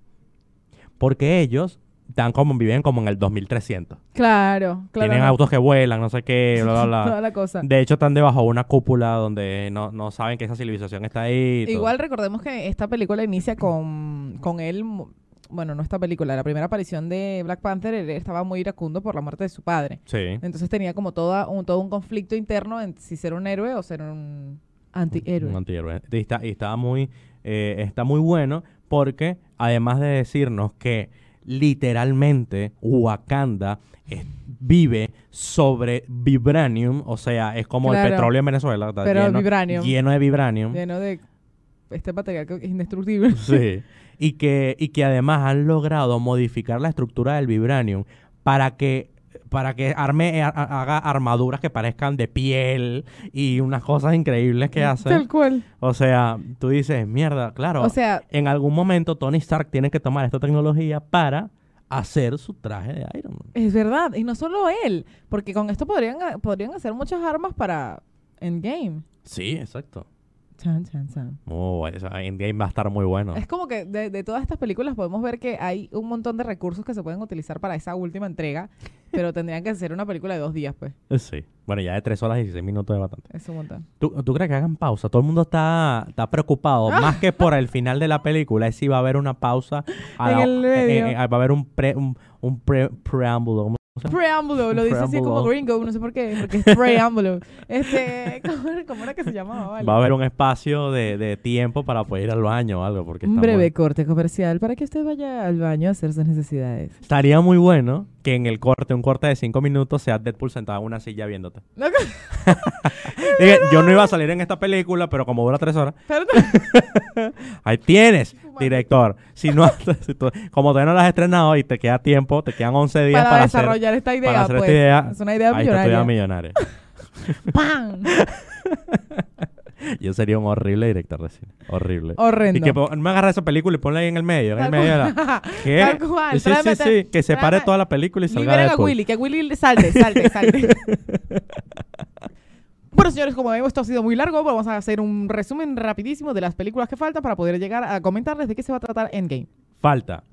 B: Porque ellos están como, viven como en el 2300.
A: Claro, claro.
B: Tienen
A: no.
B: autos que vuelan, no
A: *laughs*
B: sé qué, bla, bla,
A: Toda
B: bla.
A: la cosa.
B: De hecho, están debajo de una cúpula donde no, no saben que esa civilización está ahí. y todo.
A: Igual recordemos que esta película inicia con, con él, mu- bueno, no esta película, la primera aparición de Black Panther, él estaba muy iracundo por la muerte de su padre.
B: Sí.
A: Entonces tenía como toda un, todo un conflicto interno en si ser un héroe o ser un antihéroe.
B: Un antihéroe. Y está, y está muy, eh, está muy bueno porque además de decirnos que literalmente Wakanda es- vive sobre vibranium, o sea, es como el
A: Claro.
B: petróleo en Venezuela, está
A: Pero
B: lleno,
A: vibranium.
B: lleno de vibranium.
A: Lleno de este material que es indestructible.
B: *laughs* Sí. Y que, y que además han logrado modificar la estructura del vibranium para que para que arme a- a- haga armaduras que parezcan de piel y unas cosas increíbles que hacen.
A: Tal cual.
B: O sea, tú dices, mierda, claro.
A: O sea,
B: en algún momento Tony Stark tiene que tomar esta tecnología para hacer su traje de Iron Man.
A: es verdad. Y no solo él, porque con esto podrían, podrían hacer muchas armas para Endgame.
B: Sí, exacto.
A: Chan, chan, chan.
B: Oh, esa Endgame va a estar muy bueno.
A: Es como que de, de todas estas películas podemos ver que hay un montón de recursos que se pueden utilizar para esa última entrega, pero tendrían que ser una película de dos días, pues.
B: Sí. Bueno, ya de 3 horas y 16 minutos es bastante.
A: Es un montón.
B: ¿Tú, tú crees que hagan pausa? Todo el mundo está, está preocupado, más que por el final de la película, es si va a haber una pausa. a
A: Ah. En
B: la-
A: el medio.
B: eh, eh, va a haber un, pre- un, un pre- preámbulo. ¿cómo se llama?
A: Preámbulo, lo dice así como
B: Preámbulo.
A: gringo, no sé por qué, porque es preámbulo. Este, *laughs* ¿cómo, era- cómo era que se llamaba? Vale.
B: Va a haber un espacio de, de tiempo para poder ir al baño o algo. Porque
A: Un
B: estamos-
A: breve corte comercial para que usted vaya al baño a hacer sus necesidades.
B: Estaría muy bueno que en el corte, un corte de cinco minutos, sea Deadpool sentado en una silla viéndote.
A: *laughs* No,
B: Dije, yo no iba a salir en esta película, pero como dura tres horas,
A: perdón.
B: ahí tienes, director. Si no, *laughs* si tú- como todavía no la has estrenado y te queda tiempo, te quedan 11 días
A: para,
B: para, hacer-
A: desarrollar esta idea,
B: para hacer
A: pues.
B: esta idea.
A: Es una idea
B: ahí está tu idea *laughs*
A: millonaria.
B: millonaria.
A: ¡Pam!
B: Yo sería un horrible director de cine. Horrible.
A: Horrendo.
B: Y que po- me agarra esa película y ponla ahí en el medio. En el medio de la... *laughs*
A: *laughs*
B: ¿Qué?
A: Tal cual,
B: Sí, sí,
A: tráeme- este-
B: sí. Que se pare
A: tráeme-
B: toda la película y salga
A: Liberen a
B: Deadpool.
A: Willy, que a Willy salte, salte, *laughs* salte. bueno, señores, como vemos, esto ha sido muy largo. Vamos a hacer un resumen rapidísimo de las películas que faltan para poder llegar a comentarles de qué se va a tratar Endgame. *laughs*
B: Falta.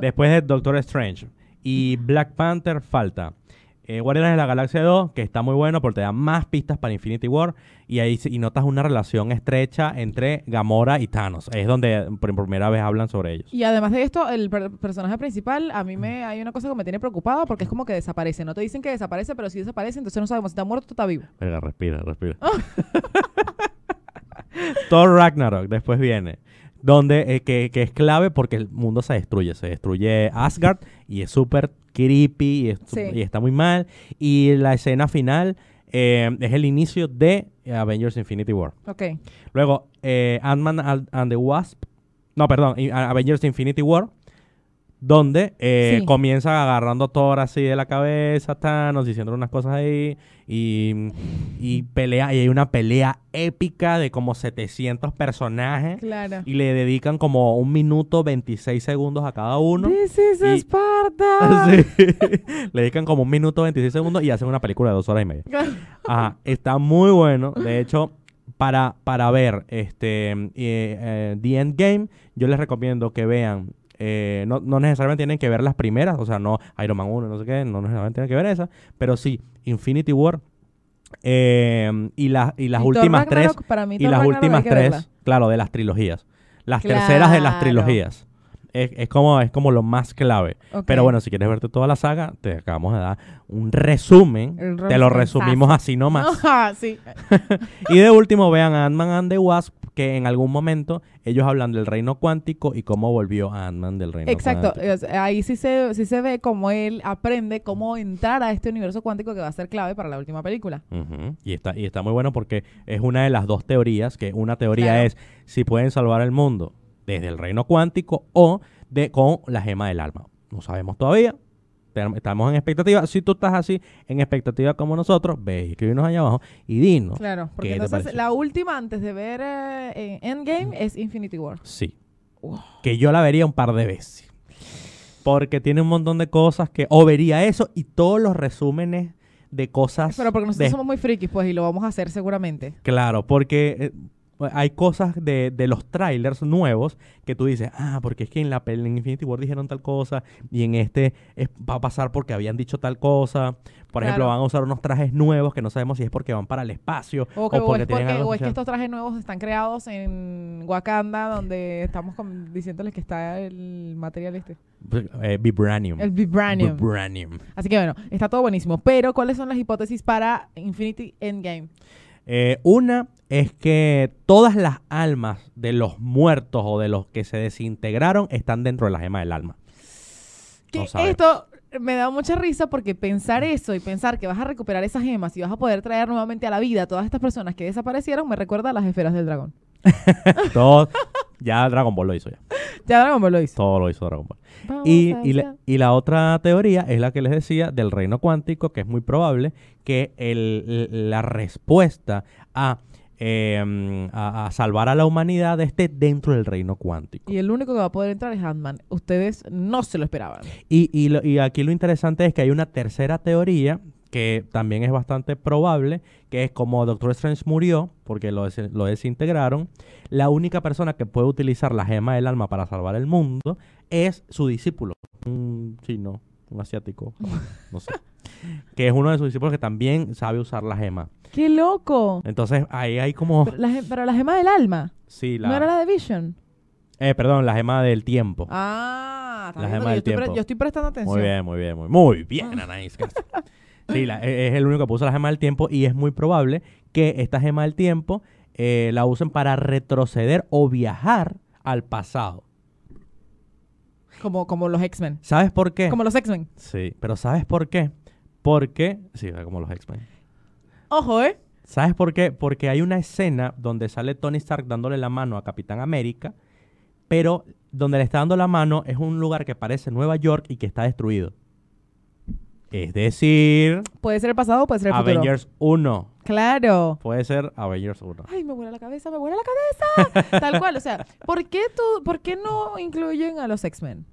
B: Después de Doctor Strange. Y Black Panther, falta. Eh, Guardianes de la Galaxia 2, que está muy bueno porque te da más pistas para Infinity War. Y ahí se- y notas una relación estrecha entre Gamora y Thanos. Es donde por primera vez hablan sobre ellos.
A: Y además de esto, el per- personaje principal, a mí me hay una cosa que me tiene preocupado porque es como que desaparece. No te dicen que desaparece, pero si desaparece, entonces no sabemos si está muerto o está vivo.
B: Venga, respira, respira. *laughs* Thor Ragnarok después viene. Donde, eh, que, que es clave porque el mundo se destruye. Se destruye Asgard y es súper creepy y, es su-
A: Sí.
B: y está muy mal. Y la escena final eh, es el inicio de Avengers Infinity War.
A: Ok.
B: Luego, eh, Ant-Man and and the Wasp. No, perdón, y- a- Avengers Infinity War. Donde eh,
A: Sí.
B: comienza agarrando a Thor así de la cabeza, Thanos diciendo unas cosas ahí. Y, y pelea, y hay una pelea épica de como 700 personajes.
A: Claro.
B: Y le dedican como un minuto 26 segundos a cada uno.
A: This is
B: Y-
A: Sparta.
B: Ah, *laughs* Sí. le dedican como un minuto 26 segundos y hacen una película de dos horas y media. Ajá, está muy bueno. De hecho, para, para ver este eh, eh, The Endgame, yo les recomiendo que vean. eh, no, no necesariamente tienen que ver las primeras, o sea, no Iron Man 1, no sé qué, no necesariamente tienen que ver esas, pero sí Infinity War eh, y, las y las
A: Y Thor
B: últimas tres.
A: Ragnarok, para mí
B: Y
A: Thor
B: las
A: Ragnarok hay
B: últimas
A: que verla.
B: tres, claro, de las trilogías. Las terceras de las
A: Claro.
B: trilogías. Es, es como, es como lo más clave.
A: Ok.
B: Pero bueno, si quieres verte toda la saga, te acabamos de dar un resumen.
A: El
B: Te lo
A: resumen.
B: resumimos
A: *laughs*
B: así nomás.
A: Ajá, Ah, sí.
B: *laughs* y de último, vean a Ant-Man and the Wasp, que en algún momento ellos hablan del reino cuántico y cómo volvió Ant-Man del reino
A: Exacto,
B: cuántico.
A: es- ahí sí se, sí se ve cómo él aprende cómo entrar a este universo cuántico que va a ser clave para la última película.
B: Ujú. y, está, y está muy bueno porque es una de las dos teorías, que una teoría
A: Claro.
B: es si pueden salvar el mundo desde el reino cuántico o de, con la gema del alma. No sabemos todavía. Te- Estamos en expectativa. Si tú estás así en expectativa como nosotros, ve y escribinos allá abajo y dinos.
A: Claro, porque
B: ¿Qué te
A: entonces
B: pareció?
A: la última antes de ver eh, eh, Endgame es Infinity War.
B: Sí.
A: Wow.
B: Que yo la vería un par de veces. Porque tiene un montón de cosas que... O vería eso y todos los resúmenes de cosas...
A: Pero porque nosotros
B: de-
A: somos muy frikis, pues, y lo vamos a hacer seguramente.
B: Claro, porque eh, hay cosas de, de los trailers nuevos que tú dices, ah, porque es que en la pel- en Infinity War dijeron tal cosa y en este es- va a pasar porque habían dicho tal cosa. Por ejemplo,
A: Claro.
B: van a usar unos trajes nuevos que no sabemos si es porque van para el espacio
A: O,
B: o,
A: que, o
B: porque
A: es
B: tienen
A: porque-
B: algo
A: o es que
B: especial.
A: estos trajes nuevos están creados en Wakanda, donde estamos con- diciéndoles que está el material este.
B: Eh, Vibranium.
A: El vibranium.
B: Vibranium.
A: Así que bueno, está todo buenísimo. Pero, ¿cuáles son las hipótesis para Infinity Endgame?
B: Eh, una es que todas las almas de los muertos o de los que se desintegraron están dentro de la gema del
A: *laughs*
B: alma.
A: Que
B: No sabemos.
A: esto me da mucha risa porque pensar eso y pensar que vas a recuperar esas gemas y vas a poder traer nuevamente a la vida a todas estas personas que desaparecieron me recuerda a las esferas del dragón.
B: Todos, ya Dragon Ball lo hizo ya.
A: Ya Dragon Ball lo hizo.
B: Todo lo hizo Dragon Ball.
A: Vamos
B: Y,
A: a
B: y la,
A: hacer-
B: y la otra teoría es la que les decía del reino cuántico, que es muy probable que el- la respuesta a, eh, a, a salvar a la humanidad esté dentro del reino cuántico.
A: y
B: Y,
A: el único que va a poder entrar es Ant-Man. Ustedes no se lo esperaban.
B: y lo- y aquí lo interesante es que hay una tercera teoría que también es bastante probable, que es como Doctor Strange murió, porque lo, des- lo desintegraron, la única persona que puede utilizar la gema del alma para salvar el mundo es su discípulo, un chino, un asiático,
A: *laughs*
B: no sé, que es uno de sus discípulos que también sabe usar la gema.
A: ¡Qué loco!
B: Entonces ahí hay como...
A: Pero la, ge- pero la gema del alma,
B: Sí,
A: no
B: la...
A: era la de Vision.
B: eh, perdón, la gema del tiempo.
A: Ah, está
B: La
A: viendo
B: gema
A: que
B: del
A: yo, estoy pre-
B: tiempo.
A: yo estoy prestando atención.
B: Muy bien, muy bien, muy, muy bien, Anaís. Castro. Sí, la- e- es el único que puso la gema del tiempo y es muy probable que esta gema del tiempo eh, la usen para retroceder o viajar al pasado.
A: Como, como los X-Men.
B: ¿Sabes por qué?
A: Como los X-Men.
B: Sí, pero ¿sabes por qué? Porque, sí, como los X-Men.
A: Ojo, ¿eh?
B: ¿Sabes por qué? Porque hay una escena donde sale Tony Stark dándole la mano a Capitán América, pero donde le está dando la mano es un lugar que parece Nueva York y que está destruido. Es decir,
A: Puede ser el pasado o puede ser el futuro.
B: Avengers 1.
A: Claro.
B: Puede ser Avengers 1.
A: Ay, me vuela la cabeza, me vuela la cabeza. *laughs* Tal cual, o sea, ¿por qué, tú, ¿por qué no incluyen a los X-Men?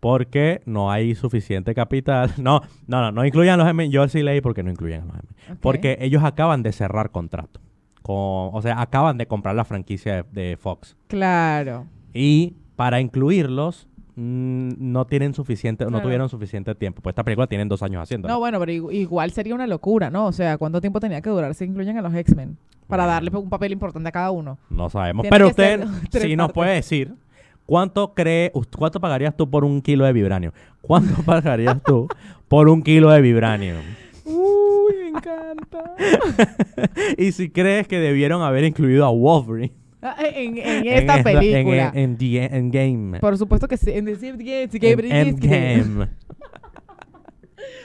B: Porque no hay suficiente capital. *laughs* No, no, no, no incluyan los M. Yo sí leí porque no incluyan a los M.
A: Ok.
B: Porque ellos acaban de cerrar contrato. Con, o sea, acaban de comprar la franquicia de, de Fox.
A: Claro.
B: Y para incluirlos, mm, no tienen suficiente, no
A: Claro.
B: tuvieron suficiente tiempo. Pues esta película tienen dos años haciendo.
A: No, bueno, pero igu- igual sería una locura, ¿no? O sea, ¿cuánto tiempo tenía que durar si incluyen a los X-Men? Para
B: Bueno.
A: darle un papel importante a cada uno.
B: No sabemos.
A: Tiene
B: Pero
A: que ser
B: usted
A: *laughs* tres
B: sí nos
A: partes.
B: puede decir cuánto cree, us- cuánto pagarías tú por un kilo de vibranio. ¿Cuánto *laughs* pagarías tú por un kilo de vibranio?
A: Uy, me encanta.
B: *laughs* Y si crees que debieron haber incluido a Wolverine
A: *laughs* Ah, en, en esta
B: esta-
A: película.
B: en, en The Endgame.
A: por supuesto que sí. En The Sixth Gate, sí, que
B: En
A: brillante.
B: Endgame.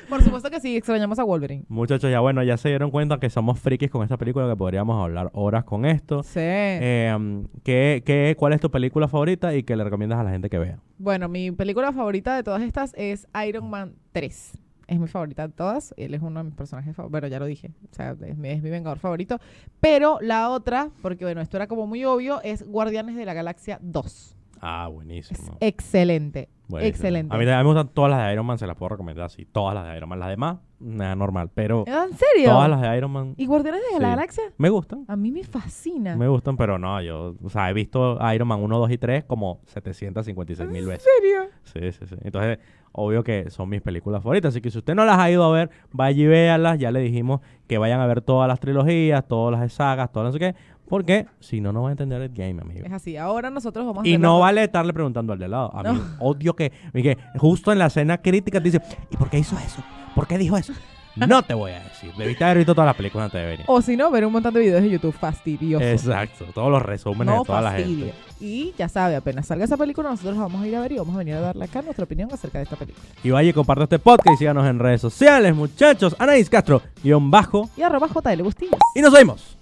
A: Por supuesto que sí, extrañamos a Wolverine.
B: Muchachos, ya bueno, ya se dieron cuenta que somos frikis con esta película, que podríamos hablar horas con esto.
A: Sí.
B: Eh, ¿qué- qué- cuál es tu película favorita y que le recomiendas a la gente que vea?
A: Bueno, mi película favorita de todas estas es Iron Man 3. Es mi favorita de todas. Él es uno de mis personajes favoritos. Bueno, ya lo dije. O sea, es mi, es mi vengador favorito. Pero la otra, porque bueno, esto era como muy obvio, es Guardianes de la Galaxia 2.
B: Ah,
A: Es
B: buenísimo.
A: excelente.
B: Buenísimo.
A: excelente.
B: A mí, a mí me gustan todas las de Iron Man, se las puedo recomendar así. Todas las de Iron Man. Las demás, nada normal. Pero
A: Ah, ¿En serio?
B: todas las de Iron Man
A: ¿Y Guardianes de
B: Sí.
A: la Galaxia?
B: me gustan.
A: A mí me fascina.
B: Me gustan, pero no, yo, o sea, he visto Iron Man 1, 2 y 3 como 756 mil veces.
A: ¿En serio?
B: Sí, sí, sí. Entonces, obvio que son mis películas favoritas. Así que si usted no las ha ido a ver, vaya y véalas. Ya le dijimos que vayan a ver todas las trilogías, todas las sagas, todas las no sé qué. Porque si no, no va a entender el game, amigo.
A: Es así. Ahora nosotros vamos a
B: Y
A: hacer
B: no
A: la-
B: vale estarle preguntando al de al lado. A mí,
A: No.
B: odio que, y que justo en la escena crítica te dice, ¿y por qué hizo eso? ¿Por qué
A: *laughs*
B: dijo eso? No te voy a decir. Debiste haber visto todas las películas antes de venir.
A: O si no, ver un montón de videos de YouTube fastidioso.
B: Exacto. Todos los resúmenes
A: No
B: de toda la
A: fastidia.
B: gente.
A: Y ya sabe, apenas salga esa película, nosotros la vamos a ir a ver y vamos a venir a darle acá nuestra opinión acerca de esta película.
B: Y vaya y comparte este podcast y síganos en redes sociales, muchachos. Anaís Castro, guión bajo.
A: Y arroba JL Bustillos.
B: Y nos vemos.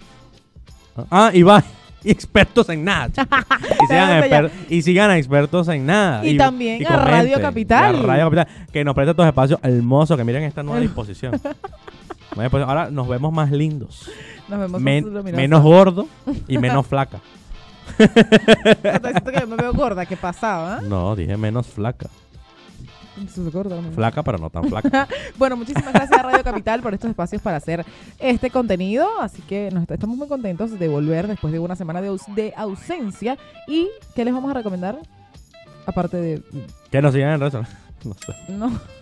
B: Ah, y va. *laughs* Y expertos en nada. chicos. Y sigan, a
A: Espérate *laughs* ya.
B: exper- y sigan a expertos en nada.
A: Y también a Radio
B: comenten.
A: Capital.
B: Y a Radio Capital. Que nos presta estos espacios hermosos. Que miren
A: *laughs*
B: esta nueva disposición. Nueva disposición. Ahora nos vemos más lindos.
A: Nos vemos
B: Men-
A: en un luminoso.
B: menos gordo
A: *laughs*
B: y menos flaca.
A: Estoy diciendo que yo me veo gorda, ¿qué ¿ah? pasaba?
B: No, dije menos flaca. Flaca, pero no tan
A: *laughs*
B: flaca.
A: Bueno, muchísimas gracias a Radio Capital por estos espacios para hacer este contenido. Así que nos estamos muy contentos de volver después de una semana de, aus- de ausencia. ¿Y qué les vamos a recomendar? Aparte de.
B: que nos sigan en redes *laughs* sociales. No sé.
A: No. *laughs*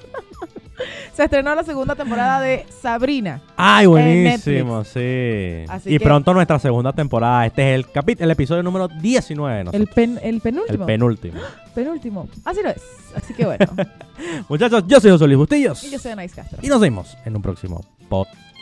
A: Se estrenó la segunda temporada de Sabrina.
B: Ay, buenísimo,
A: Netflix.
B: sí.
A: Así
B: y
A: que-
B: pronto nuestra segunda temporada. Este es el capítulo, el episodio número 19. ¿no?
A: El, pen- el
B: el
A: penúltimo.
B: penúltimo.
A: penúltimo. Así lo es. Así que bueno.
B: Muchachos, yo soy José Luis Bustillos.
A: y yo soy Anais Castro.
B: Y nos vemos en un próximo podcast.